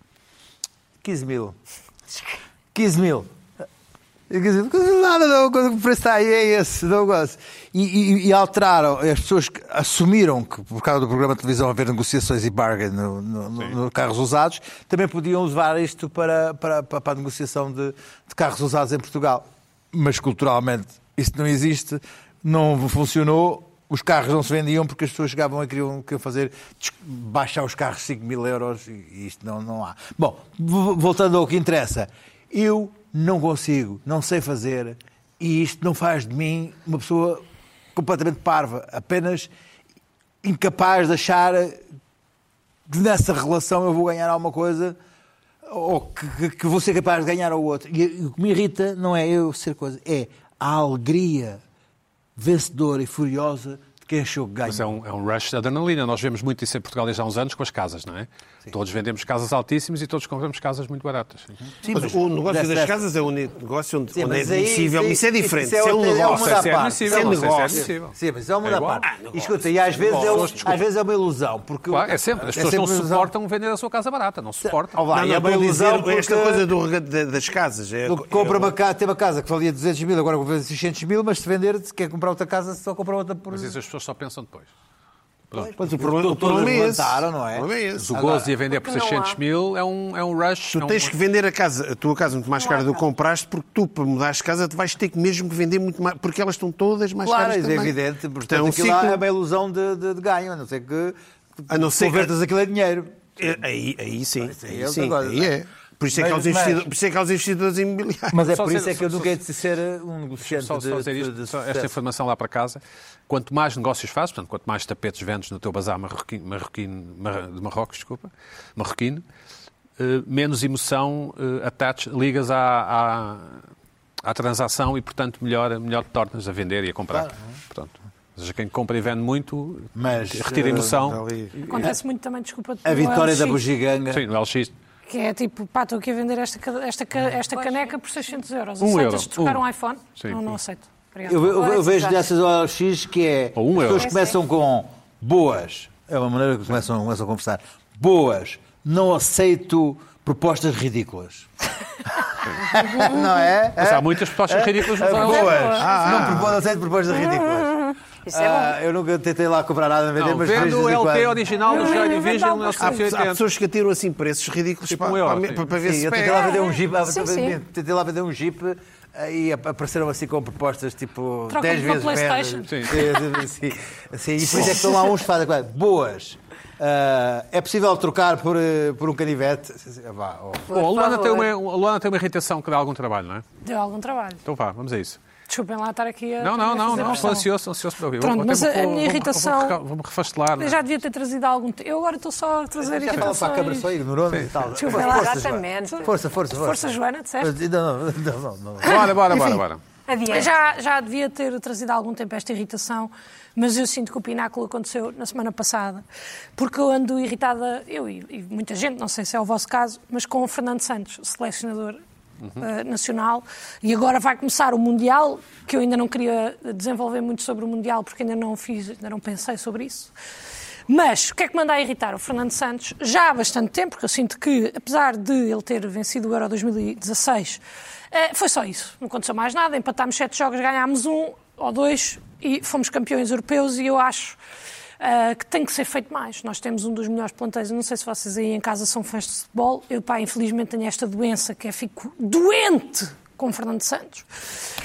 [SPEAKER 5] 15 mil. 15 mil. Eu quer dizer, Nada, não, quando o preço está aí é esse, não gosto. E, e- e alteraram, as pessoas que assumiram que por causa do programa de televisão haver negociações e bargain no, no- no- no carros usados, também podiam levar isto para, para, para, para a negociação de, de carros usados em Portugal. Mas culturalmente isso não existe, não funcionou, os carros não se vendiam porque as pessoas chegavam e queriam, queriam fazer des- baixar os carros 5 mil euros e e isto não, não há. Bom, vo- voltando ao que interessa, eu não consigo, não sei fazer e isto não faz de mim uma pessoa completamente parva, apenas incapaz de achar que nessa relação eu vou ganhar alguma coisa ou que, que- que vou ser capaz de ganhar ao outro. E, e o que me irrita não é eu ser coisa, é a alegria vencedora e furiosa de quem achou que
[SPEAKER 1] Mas é
[SPEAKER 5] ganhou.
[SPEAKER 1] um, é um rush de adrenalina. Nós vemos muito isso em Portugal desde há uns anos com as casas, não é? Todos vendemos casas altíssimas e todos compramos casas muito baratas.
[SPEAKER 5] Sim,
[SPEAKER 2] Mas o negócio
[SPEAKER 5] dessa-
[SPEAKER 2] das casas é um negócio onde,
[SPEAKER 5] Sim,
[SPEAKER 2] onde é
[SPEAKER 5] mas aí-
[SPEAKER 2] admissível.
[SPEAKER 5] sim,
[SPEAKER 2] Isso é diferente.
[SPEAKER 5] isso é
[SPEAKER 2] Isso é um
[SPEAKER 5] outra- é uma
[SPEAKER 2] negócio.
[SPEAKER 5] da parte.
[SPEAKER 2] Isso é
[SPEAKER 1] não sei se é
[SPEAKER 2] negócio.
[SPEAKER 1] admissível.
[SPEAKER 5] Sim, mas é uma da
[SPEAKER 1] igual.
[SPEAKER 5] parte. E escuta, e às vezes, é, um-
[SPEAKER 1] Negócio, desculpa.
[SPEAKER 5] às vezes é uma ilusão. Porque
[SPEAKER 1] Claro, é sempre. As
[SPEAKER 5] é
[SPEAKER 1] pessoas não
[SPEAKER 5] sempre uma ilusão.
[SPEAKER 1] suportam vender a sua casa barata, não suportam.
[SPEAKER 5] Ó lá,
[SPEAKER 2] Não,
[SPEAKER 5] e é
[SPEAKER 2] não,
[SPEAKER 5] uma
[SPEAKER 2] para dizer,
[SPEAKER 5] ilusão
[SPEAKER 2] esta
[SPEAKER 5] porque-
[SPEAKER 2] coisa do rega- da- das casas. É,
[SPEAKER 5] Ele compra uma casa, teve uma casa que valia 200 mil, agora vale 600 mil, mas se vender, se quer comprar outra casa, só compra outra por...
[SPEAKER 1] Mas isso as pessoas só pensam depois.
[SPEAKER 5] Pois, o
[SPEAKER 2] problema- o
[SPEAKER 5] todos
[SPEAKER 2] problema é esse.
[SPEAKER 5] levantaram, não é?
[SPEAKER 2] O problema é esse.
[SPEAKER 1] O gozo e a vender por
[SPEAKER 3] porque não
[SPEAKER 1] 600
[SPEAKER 3] há.
[SPEAKER 1] mil é um, é um rush. é
[SPEAKER 2] Tu
[SPEAKER 1] um-
[SPEAKER 2] tens que vender a, casa, a tua casa muito mais
[SPEAKER 3] é
[SPEAKER 2] cara do que compraste, porque tu, para mudares de casa, tu vais ter que mesmo que vender muito mais, porque elas estão todas mais
[SPEAKER 5] Claro,
[SPEAKER 2] caras
[SPEAKER 5] isso é
[SPEAKER 2] também.
[SPEAKER 5] evidente.
[SPEAKER 2] Então, é
[SPEAKER 5] Portanto,
[SPEAKER 2] um
[SPEAKER 5] aquilo lá
[SPEAKER 2] ciclo.
[SPEAKER 5] é uma ilusão de, de- de ganho, a não ser que
[SPEAKER 2] A não ser que-
[SPEAKER 5] convertas aquilo a dinheiro.
[SPEAKER 2] É, Aí, aí sim,
[SPEAKER 5] é
[SPEAKER 2] aí
[SPEAKER 5] outra
[SPEAKER 2] sim,
[SPEAKER 5] coisa.
[SPEAKER 2] aí é. Por isso é que há os
[SPEAKER 5] Mas-
[SPEAKER 2] investidores,
[SPEAKER 5] mas-
[SPEAKER 2] por isso é que há os investidores imobiliários.
[SPEAKER 5] Mas é
[SPEAKER 1] Só
[SPEAKER 5] por
[SPEAKER 1] dizer-
[SPEAKER 5] isso é que eu
[SPEAKER 1] só-
[SPEAKER 5] nunca hei de ser um negociante
[SPEAKER 1] Só, só
[SPEAKER 5] de-
[SPEAKER 1] dizer isto,
[SPEAKER 5] de- de
[SPEAKER 1] só esta
[SPEAKER 5] sucesso.
[SPEAKER 1] informação lá para casa. Quanto mais negócios fazes, portanto, quanto mais tapetes vendes no teu bazar marroquino, marroquino- mar- de Marrocos, desculpa, marroquino, eh, menos emoção eh, attach, ligas à, à, à transação e, portanto, melhor, melhor te tornas a vender e a comprar. Portanto, ou seja, quem compra e vende muito
[SPEAKER 5] é? Mas,
[SPEAKER 1] retira
[SPEAKER 5] eh,
[SPEAKER 1] emoção.
[SPEAKER 3] Acontece muito também, desculpa.
[SPEAKER 5] A
[SPEAKER 3] no
[SPEAKER 5] vitória da
[SPEAKER 3] LX,
[SPEAKER 5] bugiganga.
[SPEAKER 1] Sim, no LX.
[SPEAKER 3] Que é tipo, pá, estou aqui a vender esta, ca- esta, ca- esta caneca por 600 euros.
[SPEAKER 1] Um
[SPEAKER 3] Aceitas
[SPEAKER 1] euro,
[SPEAKER 3] trocar
[SPEAKER 1] um.
[SPEAKER 3] um, iPhone?
[SPEAKER 1] Sim.
[SPEAKER 3] Não, não aceito.
[SPEAKER 4] Obrigada.
[SPEAKER 5] Eu, ve- eu ve- eu vejo
[SPEAKER 4] Exato.
[SPEAKER 5] nessas OLX que é.
[SPEAKER 1] Ou um
[SPEAKER 5] as pessoas
[SPEAKER 1] euro.
[SPEAKER 5] começam com boas. É uma maneira que começam, começam a conversar. Boas. Não aceito propostas ridículas. não é?
[SPEAKER 1] Mas há muitas propostas ridículas. mas há-
[SPEAKER 5] Boas. não propo- não aceito propostas ridículas.
[SPEAKER 4] Isso é bom.
[SPEAKER 5] Ah, eu nunca tentei lá cobrar nada a vender,
[SPEAKER 1] Não,
[SPEAKER 5] mas
[SPEAKER 1] vendo
[SPEAKER 5] vejo
[SPEAKER 1] o
[SPEAKER 5] de vez em
[SPEAKER 1] LT
[SPEAKER 5] quando.
[SPEAKER 1] original do Johnny Vision
[SPEAKER 2] Há, pe- há
[SPEAKER 1] 1980.
[SPEAKER 2] pessoas que atiram assim preços ridículos
[SPEAKER 1] Tipo
[SPEAKER 2] para,
[SPEAKER 1] um euro,
[SPEAKER 2] para-
[SPEAKER 1] sim.
[SPEAKER 2] para- para ver
[SPEAKER 5] Sim,
[SPEAKER 2] se
[SPEAKER 5] eu tentei
[SPEAKER 2] pega.
[SPEAKER 5] lá vender um jeep, ah,
[SPEAKER 4] Sim,
[SPEAKER 5] tentei-
[SPEAKER 4] sim.
[SPEAKER 5] tentei lá vender um jeep ah, e ap- apareceram assim com propostas tipo
[SPEAKER 3] Troca-me
[SPEAKER 5] 10
[SPEAKER 3] para
[SPEAKER 5] vezes
[SPEAKER 3] o PlayStation.
[SPEAKER 5] menos.
[SPEAKER 1] Sim.
[SPEAKER 5] Sim, sim, sim. E depois é que estão lá uns que fazem claro, boas. Ah, é possível trocar por, eh, por um canivete? Sim, sim, vá, ó.
[SPEAKER 1] Bom, a Luana, tem uma, a Luana tem uma irritação que dá algum trabalho, não é?
[SPEAKER 3] Deu algum trabalho.
[SPEAKER 1] Então vá, vamos a isso.
[SPEAKER 3] Desculpem lá estar aqui a.
[SPEAKER 1] Não, não,
[SPEAKER 3] a
[SPEAKER 1] não,
[SPEAKER 3] fazer
[SPEAKER 1] não. Estou
[SPEAKER 3] pressão.
[SPEAKER 1] ansioso, ansioso para ouvir.
[SPEAKER 3] Pronto,
[SPEAKER 1] Vou-
[SPEAKER 3] mas
[SPEAKER 1] vou-
[SPEAKER 3] a minha
[SPEAKER 1] vou- vou-
[SPEAKER 3] irritação-
[SPEAKER 1] vou- Vou-me refastelar. não é?
[SPEAKER 3] Eu já devia ter trazido há algum tempo. Eu agora estou só a trazer
[SPEAKER 5] Já fala para a câmara só
[SPEAKER 3] irritações.
[SPEAKER 5] ignorando e tal.
[SPEAKER 3] Desculpa,
[SPEAKER 5] Força,
[SPEAKER 3] lá,
[SPEAKER 5] força,
[SPEAKER 4] exatamente.
[SPEAKER 5] Joana. Força, força, força.
[SPEAKER 3] Força, Joana, disseste?
[SPEAKER 5] Mas, Não, não, não, não, não.
[SPEAKER 1] Bora, bora, bora, bora.
[SPEAKER 4] Adiante.
[SPEAKER 3] Eu Já, já devia ter trazido há algum tempo esta irritação, mas eu sinto que o pináculo aconteceu na semana passada, porque eu ando irritada, eu e, e muita gente, não sei se é o vosso caso, mas com o Fernando Santos, selecionador
[SPEAKER 1] Uhum.
[SPEAKER 3] eh, nacional, e agora vai começar o Mundial, que eu ainda não queria desenvolver muito sobre o Mundial, porque ainda não fiz, ainda não pensei sobre isso. Mas o que é que manda a irritar o Fernando Santos já há bastante tempo, porque eu sinto que, apesar de ele ter vencido o Euro 2016, eh, foi só isso. Não aconteceu mais nada. Empatámos sete jogos, ganhámos um ou dois e fomos campeões europeus. E eu acho eh, que tem que ser feito mais. Nós temos um dos melhores plantéis. Eu não sei se vocês aí em casa são fãs de futebol. Eu, pá, infelizmente tenho esta doença que é fico doente com Fernando Santos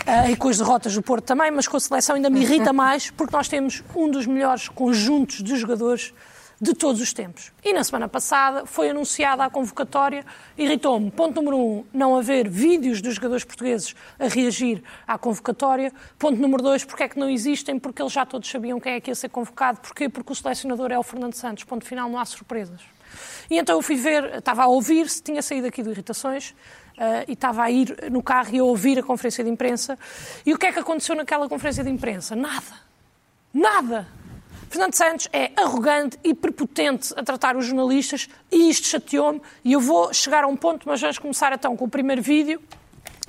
[SPEAKER 3] eh, e com as derrotas do Porto também, mas com a seleção ainda me irrita mais porque nós temos um dos melhores conjuntos de jogadores de todos os tempos. E na semana passada foi anunciada a convocatória, irritou-me. Ponto número um, não haver vídeos dos jogadores portugueses a reagir à convocatória. Ponto número dois, porque é que não existem? Porque eles já todos sabiam quem é que ia ser convocado. Porquê? Porque o selecionador é o Fernando Santos. Ponto final, não há surpresas. E então eu fui ver, estava a ouvir se tinha saído aqui do Irritações eh, e estava a ir no carro e a ouvir a conferência de imprensa. E o que é que aconteceu naquela conferência de imprensa? Nada. Nada. Fernando Santos é arrogante e prepotente a tratar os jornalistas e isto chateou-me. E eu vou chegar a um ponto, mas vamos começar então com o primeiro vídeo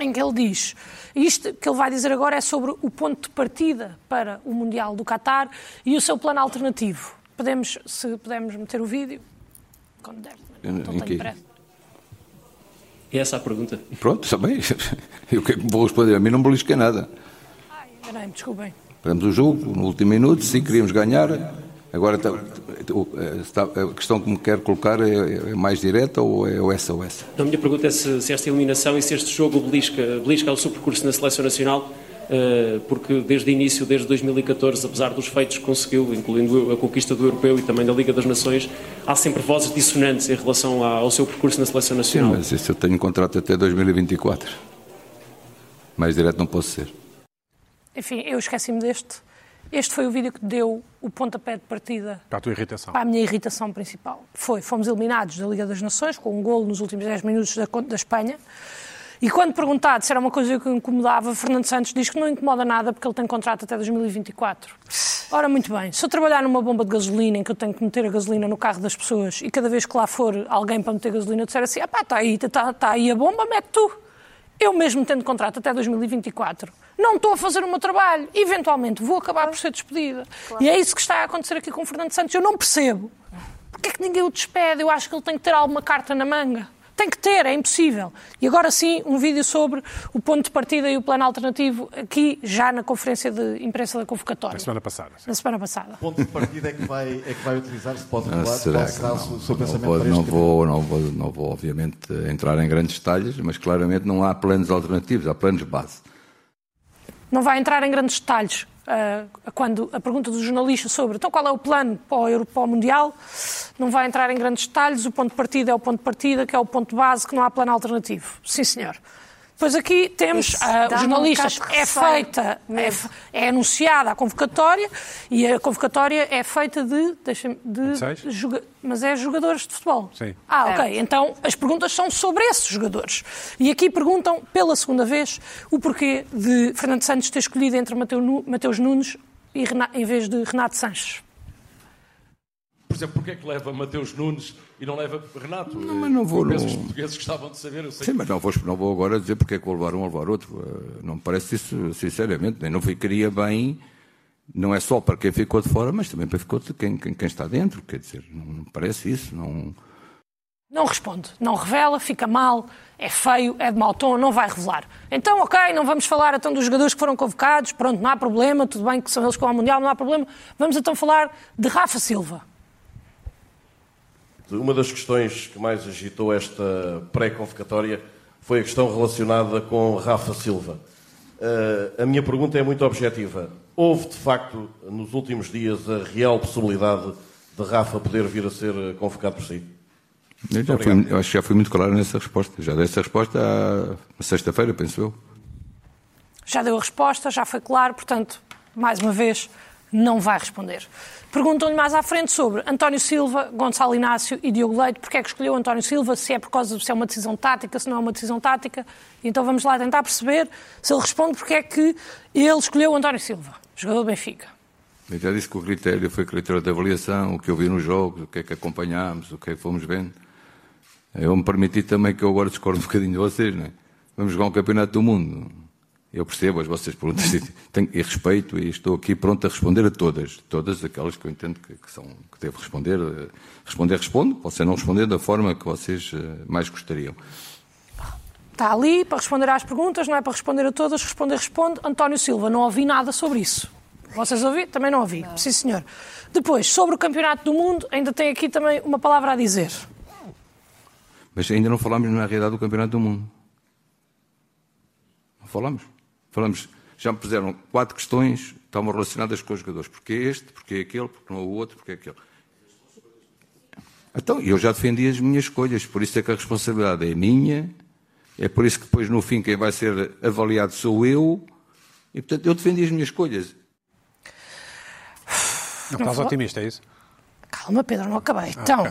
[SPEAKER 3] em que ele diz, isto que ele vai dizer agora é sobre o ponto de partida para o Mundial do Qatar e o seu plano alternativo. Podemos, se pudermos meter o vídeo, quando der, não
[SPEAKER 6] Em
[SPEAKER 3] tenho
[SPEAKER 6] quê?
[SPEAKER 3] pressa.
[SPEAKER 7] É essa a pergunta.
[SPEAKER 6] Pronto, também. Eu que vou responder, a mim não belisquei nada.
[SPEAKER 3] Ai, enganei-me, desculpem.
[SPEAKER 6] Paramos o jogo no último minuto, sim, queríamos ganhar. Agora tá- o- eh, está- a questão que me quero colocar é, é mais direta ou é ou essa ou essa?
[SPEAKER 7] A minha pergunta é se, se esta eliminação e se este jogo belisca, belisca o seu percurso na Seleção Nacional, eh, porque desde o início, desde 2014, apesar dos feitos que conseguiu, incluindo a conquista do Europeu e também da Liga das Nações, há sempre vozes dissonantes em relação à- ao seu percurso na Seleção
[SPEAKER 6] Sim,
[SPEAKER 7] Nacional.
[SPEAKER 6] mas isso eu tenho um contrato até 2024. Mais direto não posso ser.
[SPEAKER 3] Enfim, eu esqueci-me deste. Este foi o vídeo que deu o pontapé de partida
[SPEAKER 1] Para a tua irritação.
[SPEAKER 3] Para a minha irritação principal. Foi, fomos eliminados da Liga das Nações com um golo nos últimos 10 minutos da, con- da Espanha. E quando perguntado se era uma coisa que o incomodava, Fernando Santos diz que não incomoda nada porque ele tem contrato até 2024. Ora, muito bem, se eu trabalhar numa bomba de gasolina em que eu tenho que meter a gasolina no carro das pessoas e cada vez que lá for alguém para meter gasolina, eu disser assim: ah pá, está aí, está tá aí a bomba, mete tu. Eu mesmo tendo contrato até 2024, não estou a fazer o meu trabalho. Eventualmente vou acabar por ser despedida. E é isso que está a acontecer aqui com o Fernando Santos. Eu não percebo. Porquê é que ninguém o despede? Eu acho que ele tem que ter alguma carta na manga. Tem que ter, é impossível. E agora sim, um vídeo sobre o ponto de partida e o plano alternativo aqui, já na conferência de imprensa da convocatória.
[SPEAKER 1] Na semana passada. sim.
[SPEAKER 3] Na semana passada.
[SPEAKER 8] ponto de partida é que vai, é que vai utilizar? Se pode
[SPEAKER 6] Ah,
[SPEAKER 8] revelar?
[SPEAKER 6] será
[SPEAKER 8] Qual
[SPEAKER 6] que
[SPEAKER 8] será
[SPEAKER 6] não?
[SPEAKER 8] o seu- o seu
[SPEAKER 6] Não
[SPEAKER 8] pensamento
[SPEAKER 6] vou,
[SPEAKER 8] para
[SPEAKER 6] não,
[SPEAKER 8] este
[SPEAKER 6] vou, não, vou, não vou, obviamente, entrar em grandes detalhes, mas claramente não há planos alternativos, há planos base.
[SPEAKER 3] Não vai entrar em grandes detalhes. ah, quando a pergunta do jornalista sobre então qual é o plano para o, Euro, para o Mundial, não vai entrar em grandes detalhes. O ponto de partida é o ponto de partida, que é o ponto base, que não há plano alternativo. Sim, senhor. Pois aqui temos
[SPEAKER 4] Isso
[SPEAKER 3] ah, os
[SPEAKER 4] dá-me um
[SPEAKER 3] jornalistas.
[SPEAKER 4] bocado de
[SPEAKER 3] é
[SPEAKER 4] receio
[SPEAKER 3] feita, é,
[SPEAKER 4] mesmo.
[SPEAKER 3] é anunciada a convocatória e a convocatória é feita de, deixa-me- de
[SPEAKER 1] 26?
[SPEAKER 3] joga- mas é jogadores de futebol.
[SPEAKER 1] Sim.
[SPEAKER 3] Ah, ok.
[SPEAKER 4] Certo.
[SPEAKER 3] Então as perguntas são sobre esses jogadores. E aqui perguntam, pela segunda vez, o porquê de Fernando Santos ter escolhido entre Mateu Nu- Mateus Nunes e Rena- em vez de Renato Sanches.
[SPEAKER 9] Por exemplo, porque é que leva Mateus Nunes e não leva Renato?
[SPEAKER 6] Não, mas não vou,
[SPEAKER 9] Eu penso
[SPEAKER 6] não.
[SPEAKER 9] que os portugueses gostavam de saber, eu sei
[SPEAKER 6] Sim, mas não vou, não vou agora dizer porque é que vou levar um ou levar outro. Eh, Não me parece isso, sinceramente. nem Não ficaria bem, não é só para quem ficou de fora, mas também para ficou de quem, quem, quem está dentro. Quer dizer, não não me parece isso. Não...
[SPEAKER 3] Não responde, não revela, fica mal, é feio, é de mau tom, não vai revelar. Então, ok, não vamos falar então dos jogadores que foram convocados, pronto, não há problema, tudo bem que são eles que vão ao Mundial, não há problema. Vamos então falar de Rafa Silva.
[SPEAKER 8] Uma das questões que mais agitou esta pré-convocatória foi a questão relacionada com Rafa Silva. Eh, a minha pergunta é muito objetiva. Houve, de facto, nos últimos dias, a real possibilidade de Rafa poder vir a ser eh, convocado por si?
[SPEAKER 6] Eu, já fui, eu acho que já fui muito claro nessa resposta. Já dei essa resposta à- na sexta-feira, penso eu.
[SPEAKER 3] Já deu a resposta, já foi claro, portanto, mais uma vez, não vai responder. Perguntam-lhe mais à frente sobre António Silva, Gonçalo Inácio e Diogo Leite, porque é que escolheu António Silva, se é por causa se é uma decisão tática, se não é uma decisão tática. Então vamos lá tentar perceber se ele responde porque é que ele escolheu António Silva, jogador do Benfica.
[SPEAKER 6] Eu já disse que o critério foi critério de avaliação, o que eu vi nos jogos, o que é que acompanhámos, o que é que fomos vendo. Eu me permiti também que eu agora discordo um bocadinho de vocês, não é? Vamos jogar um campeonato do mundo. Eu percebo as vossas perguntas e, tenho, e respeito e estou aqui pronto a responder a todas, todas aquelas que eu entendo que, que são, que devo responder. eh, Responder, respondo, posso não responder da forma que vocês eh, mais gostariam.
[SPEAKER 3] Está ali para responder às perguntas, não é para responder a todas, responder, responde. António Silva, não ouvi nada sobre isso. Vocês ouviram? Também não ouvi. Sim, senhor. Depois, sobre o Campeonato do Mundo, ainda tem aqui também uma palavra a dizer.
[SPEAKER 6] Mas ainda não falámos na realidade do Campeonato do Mundo. Não falámos. Falámos. Já me puseram quatro questões que estavam relacionadas com os jogadores. Porquê este, porquê aquele, porque não o outro, porquê aquele. Então, eu já defendi as minhas escolhas, por isso é que a responsabilidade é minha, é por isso que depois no fim quem vai ser avaliado sou eu, e portanto eu defendi as minhas escolhas.
[SPEAKER 1] Não estás
[SPEAKER 3] fala-
[SPEAKER 1] otimista, é isso?
[SPEAKER 3] Calma, Pedro, não acabei. então,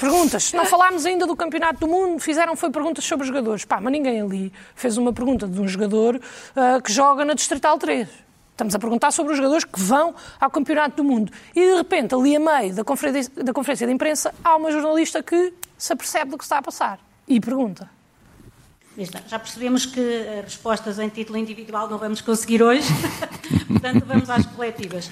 [SPEAKER 3] perguntas. Não falámos ainda do Campeonato do Mundo, fizeram foi perguntas sobre os jogadores. Pá, mas ninguém ali fez uma pergunta de um jogador ah, que joga na Distrital 3. Estamos a perguntar sobre os jogadores que vão ao Campeonato do Mundo. E de repente, ali a meio da conferência, da conferência de imprensa, há uma jornalista que se apercebe do que está a passar e pergunta.
[SPEAKER 10] Está. Já percebemos que eh, respostas em título individual não vamos conseguir hoje, portanto vamos às coletivas.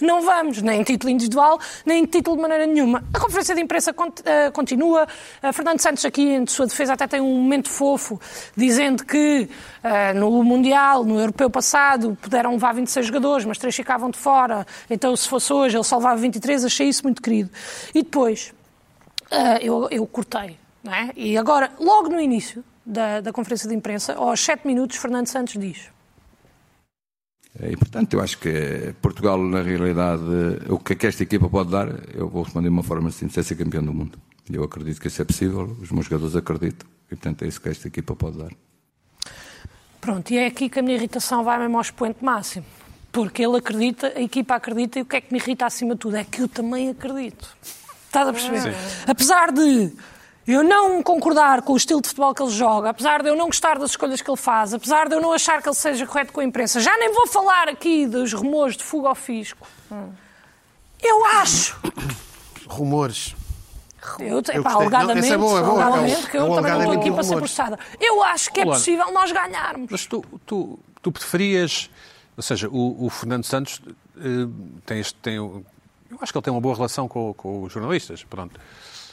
[SPEAKER 3] Não vamos, nem em título individual, nem em título de maneira nenhuma. A conferência de imprensa cont- eh, continua. Eh, Fernando Santos, aqui em sua defesa, até tem um momento fofo, dizendo que eh, no Mundial, no Europeu passado, puderam levar 26 jogadores, mas três ficavam de fora. Então, se fosse hoje, ele só levava 23. Achei isso muito querido. E depois, ah, eu, eu cortei. Não é? E agora, logo no início da, da conferência de imprensa, aos 7 minutos, Fernando Santos diz.
[SPEAKER 6] Eh, E, portanto, eu acho que eh, Portugal, na realidade, eh, o que é que esta equipa pode dar, eu vou responder de uma forma simples, é ser campeão do mundo. E Eu acredito que isso é possível, os meus jogadores acreditam, e, portanto, é isso que esta equipa pode dar.
[SPEAKER 3] Pronto, e é aqui que a minha irritação vai mesmo ao expoente máximo. Porque ele acredita, a equipa acredita, e o que é que me irrita acima de tudo? É que eu também acredito. Estás a perceber? Apesar de eu não concordar com o estilo de futebol que ele joga, apesar de eu não gostar das escolhas que ele faz, apesar de eu não achar que ele seja correto com a imprensa, já nem vou falar aqui dos rumores de fuga ao fisco. Eu acho,
[SPEAKER 2] Rumores.
[SPEAKER 3] eu, epá,
[SPEAKER 2] gostei. Não,
[SPEAKER 3] alegadamente,
[SPEAKER 2] essa é boa, é boa.
[SPEAKER 3] alegadamente,
[SPEAKER 2] É o-
[SPEAKER 3] que
[SPEAKER 2] é
[SPEAKER 3] eu
[SPEAKER 2] o
[SPEAKER 3] também não estou
[SPEAKER 2] alegadamente
[SPEAKER 3] aqui
[SPEAKER 2] do
[SPEAKER 3] para ser
[SPEAKER 2] rumor.
[SPEAKER 3] processada. Eu acho que é
[SPEAKER 1] Luana.
[SPEAKER 3] possível nós ganharmos.
[SPEAKER 1] Mas tu, tu, tu preferias, ou seja, o, o Fernando Santos eh, tem este, tem, o- eu acho que ele tem uma boa relação com, com os jornalistas, pronto.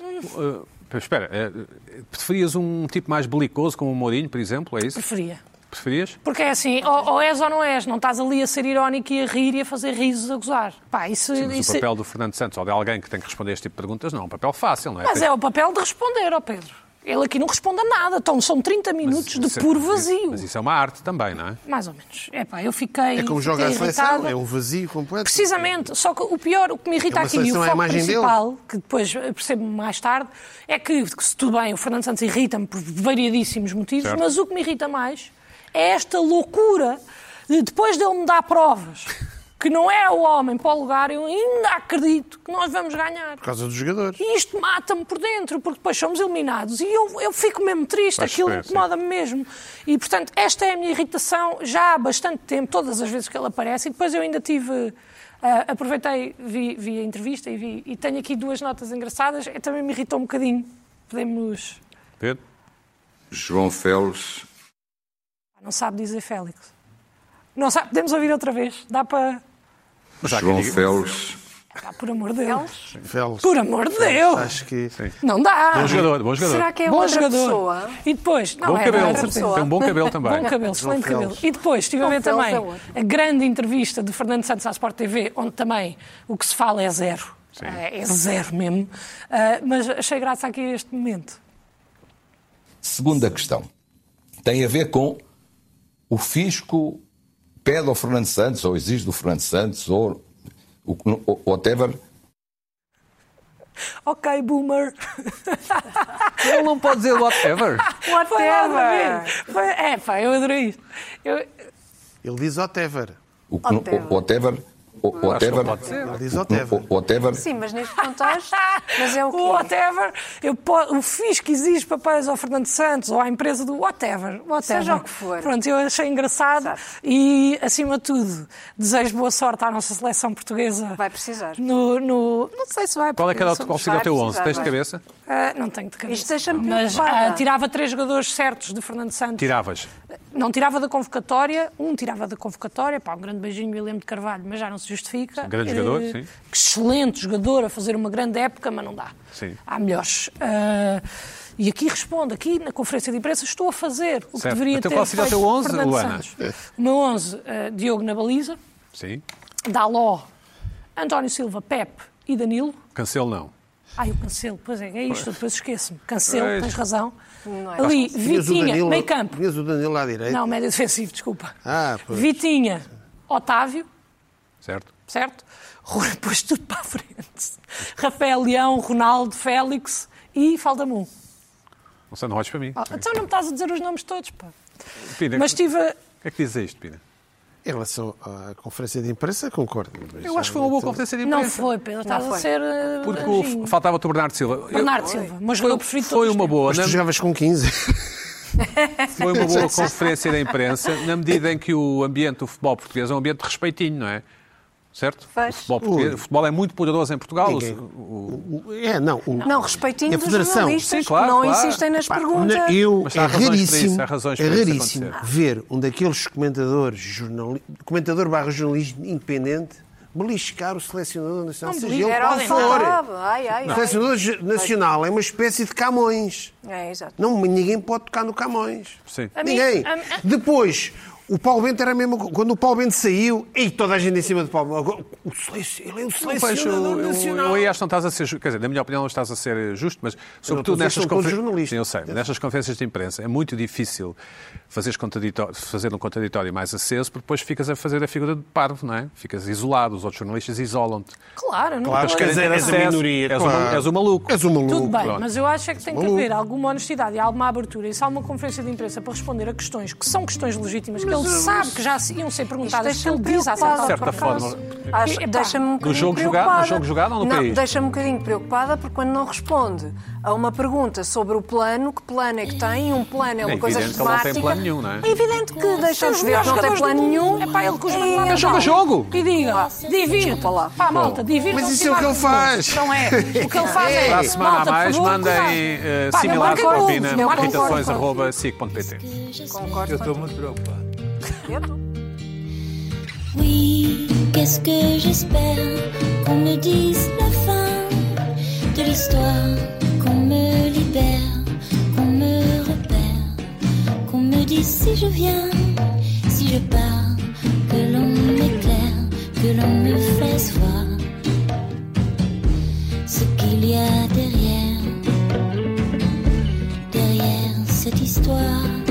[SPEAKER 1] Eh, espera, eh, preferias um tipo mais belicoso, como o Mourinho, por exemplo, é isso?
[SPEAKER 3] Preferia.
[SPEAKER 1] Preferias?
[SPEAKER 3] Porque é assim, ou, ou és ou não és, não estás ali a ser irónico e a rir e a fazer risos a gozar. Pá, isso,
[SPEAKER 1] Sim, mas
[SPEAKER 3] isso- é-
[SPEAKER 1] o papel do Fernando Santos ou de alguém que tem que responder este tipo de perguntas não é um papel fácil, não é?
[SPEAKER 3] Mas
[SPEAKER 1] Tem-
[SPEAKER 3] é o papel de responder, ó Pedro. Ele aqui não responde a nada, então são 30 minutos de
[SPEAKER 1] isso é-
[SPEAKER 3] puro
[SPEAKER 1] mas isso-
[SPEAKER 3] vazio.
[SPEAKER 1] Mas isso é uma arte também, não é?
[SPEAKER 3] Mais ou menos. É pá, eu fiquei.
[SPEAKER 2] É como joga a
[SPEAKER 3] fiquei
[SPEAKER 2] seleção,
[SPEAKER 3] irritada.
[SPEAKER 2] é um vazio completo.
[SPEAKER 3] Precisamente, só que o pior, o que me irrita
[SPEAKER 2] É uma
[SPEAKER 3] aqui e o
[SPEAKER 2] seleção à
[SPEAKER 3] foco
[SPEAKER 2] imagem
[SPEAKER 3] principal, que depois eu percebo mais tarde, é que, se tudo bem, o Fernando Santos irrita-me por variadíssimos motivos,
[SPEAKER 1] Certo.
[SPEAKER 3] mas o que me irrita mais é esta loucura de depois dele me dar provas que não é o homem para o lugar, eu ainda acredito que nós vamos ganhar.
[SPEAKER 2] Por causa dos jogadores.
[SPEAKER 3] E isto mata-me por dentro, porque depois somos eliminados. E eu, eu fico mesmo triste,
[SPEAKER 1] Pois,
[SPEAKER 3] aquilo
[SPEAKER 1] sim, sim.
[SPEAKER 3] incomoda-me mesmo. E, portanto, esta é a minha irritação já há bastante tempo, todas as vezes que ele aparece. E depois eu ainda tive Ah, aproveitei, vi, vi a entrevista e, vi, e tenho aqui duas notas engraçadas. Eh, Também me irritou um bocadinho. Podemos.
[SPEAKER 1] Pedro?
[SPEAKER 6] João Félix,
[SPEAKER 3] ah, Não sabe dizer Félix. Não sabe, podemos ouvir outra vez. Dá para.
[SPEAKER 1] Mas há quem
[SPEAKER 6] João
[SPEAKER 1] diga-
[SPEAKER 6] Félix,
[SPEAKER 3] Pá, por amor de Deus.
[SPEAKER 2] Félix.
[SPEAKER 3] Por amor de Deus.
[SPEAKER 2] Acho que.
[SPEAKER 3] Não dá.
[SPEAKER 1] Bom jogador, bom jogador.
[SPEAKER 4] Será que é
[SPEAKER 3] bom
[SPEAKER 4] outra
[SPEAKER 3] jogador.
[SPEAKER 4] pessoa?
[SPEAKER 3] E depois, não
[SPEAKER 1] Bom
[SPEAKER 3] é,
[SPEAKER 1] cabelo.
[SPEAKER 3] não é,
[SPEAKER 4] pessoa.
[SPEAKER 1] Tem um bom cabelo também.
[SPEAKER 3] Bom cabelo, excelente
[SPEAKER 2] João
[SPEAKER 3] cabelo.
[SPEAKER 2] Félix.
[SPEAKER 3] E depois estive a ver
[SPEAKER 4] João
[SPEAKER 3] também
[SPEAKER 4] Félix é outro.
[SPEAKER 3] a grande entrevista de Fernando Santos à Sport TV, onde também o que se fala é zero. É é zero mesmo. Ah, mas achei graça aqui a este momento.
[SPEAKER 11] Segunda questão tem a ver com o fisco pede ao Fernando Santos, ou exige do Fernando Santos, ou o ou- whatever,
[SPEAKER 3] Ok, boomer.
[SPEAKER 1] Ele não pode dizer whatever.
[SPEAKER 3] Foi nada a
[SPEAKER 4] Whatever.
[SPEAKER 3] ver. Foi- É, pá, eu adorei isto. Eu-
[SPEAKER 2] Ele diz Otever.
[SPEAKER 11] o que não-
[SPEAKER 4] Whatever.
[SPEAKER 11] o- whatever, o- whatever,
[SPEAKER 1] pode ser.
[SPEAKER 2] Ele
[SPEAKER 11] o-
[SPEAKER 2] diz Otever.
[SPEAKER 11] o- whatever,
[SPEAKER 4] Sim, mas neste contexto, mas é o quê?
[SPEAKER 3] whatever. Eu po- o fisco exige papéis ao Fernando Santos ou à empresa do whatever. whatever.
[SPEAKER 4] Seja o que for.
[SPEAKER 3] Pronto, eu achei engraçado
[SPEAKER 4] Exato.
[SPEAKER 3] e, acima de tudo, desejo boa sorte à nossa seleção portuguesa.
[SPEAKER 4] Vai precisar.
[SPEAKER 3] No, no- não sei se vai.
[SPEAKER 1] Qual é
[SPEAKER 3] porque
[SPEAKER 1] que era o-
[SPEAKER 3] somos-
[SPEAKER 1] qual seria o teu
[SPEAKER 4] vários,
[SPEAKER 1] 11? Tens de
[SPEAKER 4] vai.
[SPEAKER 1] cabeça?
[SPEAKER 3] Ah, não tenho de cabeça.
[SPEAKER 4] Isto deixa-me
[SPEAKER 3] Mas
[SPEAKER 4] preocupada.
[SPEAKER 3] ah, tirava três jogadores certos de Fernando Santos.
[SPEAKER 1] Tiravas.
[SPEAKER 3] Não tirava da convocatória, um tirava da convocatória, pá, um grande beijinho William de Carvalho, mas já não se justifica.
[SPEAKER 1] Um grande jogador,
[SPEAKER 3] Eh,
[SPEAKER 1] sim.
[SPEAKER 3] que Excelente jogador a fazer uma grande época, mas não dá.
[SPEAKER 1] Sim.
[SPEAKER 3] Há melhores. Ah, e aqui respondo, aqui na conferência de imprensa, estou a fazer o que
[SPEAKER 1] Certo.
[SPEAKER 3] deveria
[SPEAKER 1] Então,
[SPEAKER 3] ter
[SPEAKER 1] qual seria o
[SPEAKER 3] feito
[SPEAKER 1] teu 11,
[SPEAKER 3] Fernando
[SPEAKER 1] Luana?
[SPEAKER 3] Santos. O meu 11, ah, Diogo na baliza,
[SPEAKER 1] Sim.
[SPEAKER 3] Daló, António Silva, Pepe e Danilo.
[SPEAKER 1] Cancelo não.
[SPEAKER 3] Ai, eu cancelo, pois é, é isto, depois esqueço-me. Cancelo,
[SPEAKER 1] Pois.
[SPEAKER 3] tens razão.
[SPEAKER 4] Não é
[SPEAKER 3] Ali,
[SPEAKER 2] Tinhas o
[SPEAKER 3] Vitinha,
[SPEAKER 2] Danilo-
[SPEAKER 3] meio campo.
[SPEAKER 2] Tinhas o Danilo à direita.
[SPEAKER 3] Não, médio defensivo, desculpa.
[SPEAKER 2] Ah, pois.
[SPEAKER 3] Vitinha, Otávio,
[SPEAKER 1] Certo?
[SPEAKER 3] certo? Rui, Pôs tudo para a frente. Rafael Leão, Ronaldo, Félix e falta-me um.
[SPEAKER 1] Gonçalo Rocha para mim.
[SPEAKER 3] Ah, então não me estás a dizer os nomes todos, pá.
[SPEAKER 1] Pina,
[SPEAKER 3] Mas tive a...
[SPEAKER 1] o É que é que dizes a isto, Pina?
[SPEAKER 2] Em relação à conferência de imprensa, concordo.
[SPEAKER 1] Eu acho que foi uma boa conferência de
[SPEAKER 3] Não
[SPEAKER 1] é imprensa.
[SPEAKER 3] foi, Pedro, estás
[SPEAKER 4] Não
[SPEAKER 3] a
[SPEAKER 4] foi.
[SPEAKER 3] ser... eh,
[SPEAKER 1] Porque
[SPEAKER 3] anjinho.
[SPEAKER 1] o- faltava-te o Bernardo Silva. Eu-
[SPEAKER 3] Bernardo Silva, mas
[SPEAKER 1] Foi,
[SPEAKER 3] eu preferi
[SPEAKER 1] foi uma boa, é?
[SPEAKER 2] Mas tu
[SPEAKER 1] na-
[SPEAKER 2] jogavas com 15.
[SPEAKER 1] foi uma boa conferência da imprensa, na medida em que o ambiente do futebol português é um ambiente de respeitinho, não é? Certo?
[SPEAKER 4] Pois.
[SPEAKER 1] O futebol, português- o futebol é muito poderoso em Portugal.
[SPEAKER 2] Ninguém- O- É, não. o-
[SPEAKER 4] Não, respeitinho
[SPEAKER 2] A
[SPEAKER 4] dos
[SPEAKER 2] federação.
[SPEAKER 4] jornalistas
[SPEAKER 1] Sim, claro,
[SPEAKER 4] que não
[SPEAKER 1] claro.
[SPEAKER 4] insistem nas
[SPEAKER 2] Pá,
[SPEAKER 4] perguntas.
[SPEAKER 2] na- Eu,
[SPEAKER 1] Mas
[SPEAKER 2] é
[SPEAKER 1] há razões para isso,
[SPEAKER 2] raríssimo,
[SPEAKER 1] há razões
[SPEAKER 2] é
[SPEAKER 1] para isso
[SPEAKER 2] raríssimo
[SPEAKER 1] acontecer.
[SPEAKER 2] ver um daqueles comentadores, jornali... comentador barra jornalista independente, beliscar o selecionador nacional, seja ele
[SPEAKER 4] Era
[SPEAKER 2] qual
[SPEAKER 4] o
[SPEAKER 2] for.
[SPEAKER 4] Fábio. Ai, ai,
[SPEAKER 2] O
[SPEAKER 4] ai.
[SPEAKER 2] selecionador ge- nacional é uma espécie de Camões.
[SPEAKER 4] É, exato.
[SPEAKER 2] Não, ninguém pode tocar no Camões.
[SPEAKER 1] Sim.
[SPEAKER 3] A mim-
[SPEAKER 2] Ninguém.
[SPEAKER 3] a- a-
[SPEAKER 2] Depois, o Paulo Bento era mesmo. Quando o Paulo Bento saiu, e toda a gente em cima do Paulo. Agora, o selec- ele é o
[SPEAKER 1] Não vejo-
[SPEAKER 2] selecionador
[SPEAKER 1] eu, eu,
[SPEAKER 2] nacional.
[SPEAKER 1] eu aí acho que não estás a ser ju- quer dizer, na minha opinião não estás a ser justo, mas
[SPEAKER 2] estou a um
[SPEAKER 1] sobretudo
[SPEAKER 2] dizer que
[SPEAKER 1] nestas
[SPEAKER 2] são todos
[SPEAKER 1] confer-
[SPEAKER 2] jornalistas.
[SPEAKER 1] Sim, eu sei, mas nestas conferências de imprensa é muito difícil fazeres contraditó- fazer um contraditório mais aceso, porque depois ficas a fazer a figura de parvo, não é? Ficas isolado, os outros jornalistas isolam-te.
[SPEAKER 3] Claro, não
[SPEAKER 2] Claro,
[SPEAKER 1] Eles
[SPEAKER 3] foi.
[SPEAKER 2] quer
[SPEAKER 1] querem
[SPEAKER 2] dizer,
[SPEAKER 1] ter
[SPEAKER 2] és a
[SPEAKER 1] acesso,
[SPEAKER 2] minoria,
[SPEAKER 1] És, o ma-
[SPEAKER 2] claro.
[SPEAKER 1] és o maluco.
[SPEAKER 2] És um maluco.
[SPEAKER 3] Tudo bem,
[SPEAKER 1] Pronto.
[SPEAKER 3] mas eu acho é que tem que haver alguma honestidade e alguma abertura. E se há uma conferência de imprensa para responder a questões que são questões legítimas, que ele sabe que já se iam ser perguntadas, se
[SPEAKER 4] Isto é
[SPEAKER 3] ele
[SPEAKER 4] deixa-me
[SPEAKER 3] diz à
[SPEAKER 4] preocupada,
[SPEAKER 1] De certa
[SPEAKER 3] certa
[SPEAKER 1] forma.
[SPEAKER 4] Acho-
[SPEAKER 3] Epá,
[SPEAKER 4] Deixa-me um bocadinho
[SPEAKER 1] jogo jogado-
[SPEAKER 4] preocupada.
[SPEAKER 1] no jogo jogado ou no país?
[SPEAKER 4] Deixa-me um bocadinho preocupada porque quando não responde a uma pergunta sobre o plano, que plano é que tem, e um plano é uma
[SPEAKER 1] É
[SPEAKER 4] coisa
[SPEAKER 1] evidente que ele não tem
[SPEAKER 4] temática.
[SPEAKER 1] plano nenhum, não é?
[SPEAKER 4] É evidente que deixa-nos ver que não tem plano nenhum.
[SPEAKER 3] É pá, ele com os
[SPEAKER 4] E
[SPEAKER 3] manuais.
[SPEAKER 1] jogo a jogo.
[SPEAKER 3] E diga,
[SPEAKER 4] Ah,
[SPEAKER 3] divirta
[SPEAKER 4] desculpa
[SPEAKER 3] lá.
[SPEAKER 4] lá.
[SPEAKER 3] Pá, malta, divirta
[SPEAKER 2] Mas isso é o que ele faz.
[SPEAKER 3] Não é. O que ele faz é.
[SPEAKER 1] Para a semana
[SPEAKER 3] malta,
[SPEAKER 1] a
[SPEAKER 3] por
[SPEAKER 1] mais,
[SPEAKER 3] favor,
[SPEAKER 1] mandem
[SPEAKER 3] cuidado.
[SPEAKER 1] eh,
[SPEAKER 3] Pá, eu
[SPEAKER 1] similares
[SPEAKER 3] marco
[SPEAKER 1] para a
[SPEAKER 3] golos,
[SPEAKER 1] Pina,
[SPEAKER 3] eu marco golos.
[SPEAKER 1] irritações.sic.pt.
[SPEAKER 4] Concordo
[SPEAKER 5] Eu estou
[SPEAKER 4] contigo.
[SPEAKER 5] muito preocupado.
[SPEAKER 4] Eu estou.
[SPEAKER 12] Oui, qu'est-ce que j'espère qu'on me dise la fin de l'histoire, qu'on me libère, qu'on me repère, qu'on me dise si je viens, si je pars, que l'on m'éclaire, que l'on me fasse voir ce qu'il y a derrière, derrière cette histoire.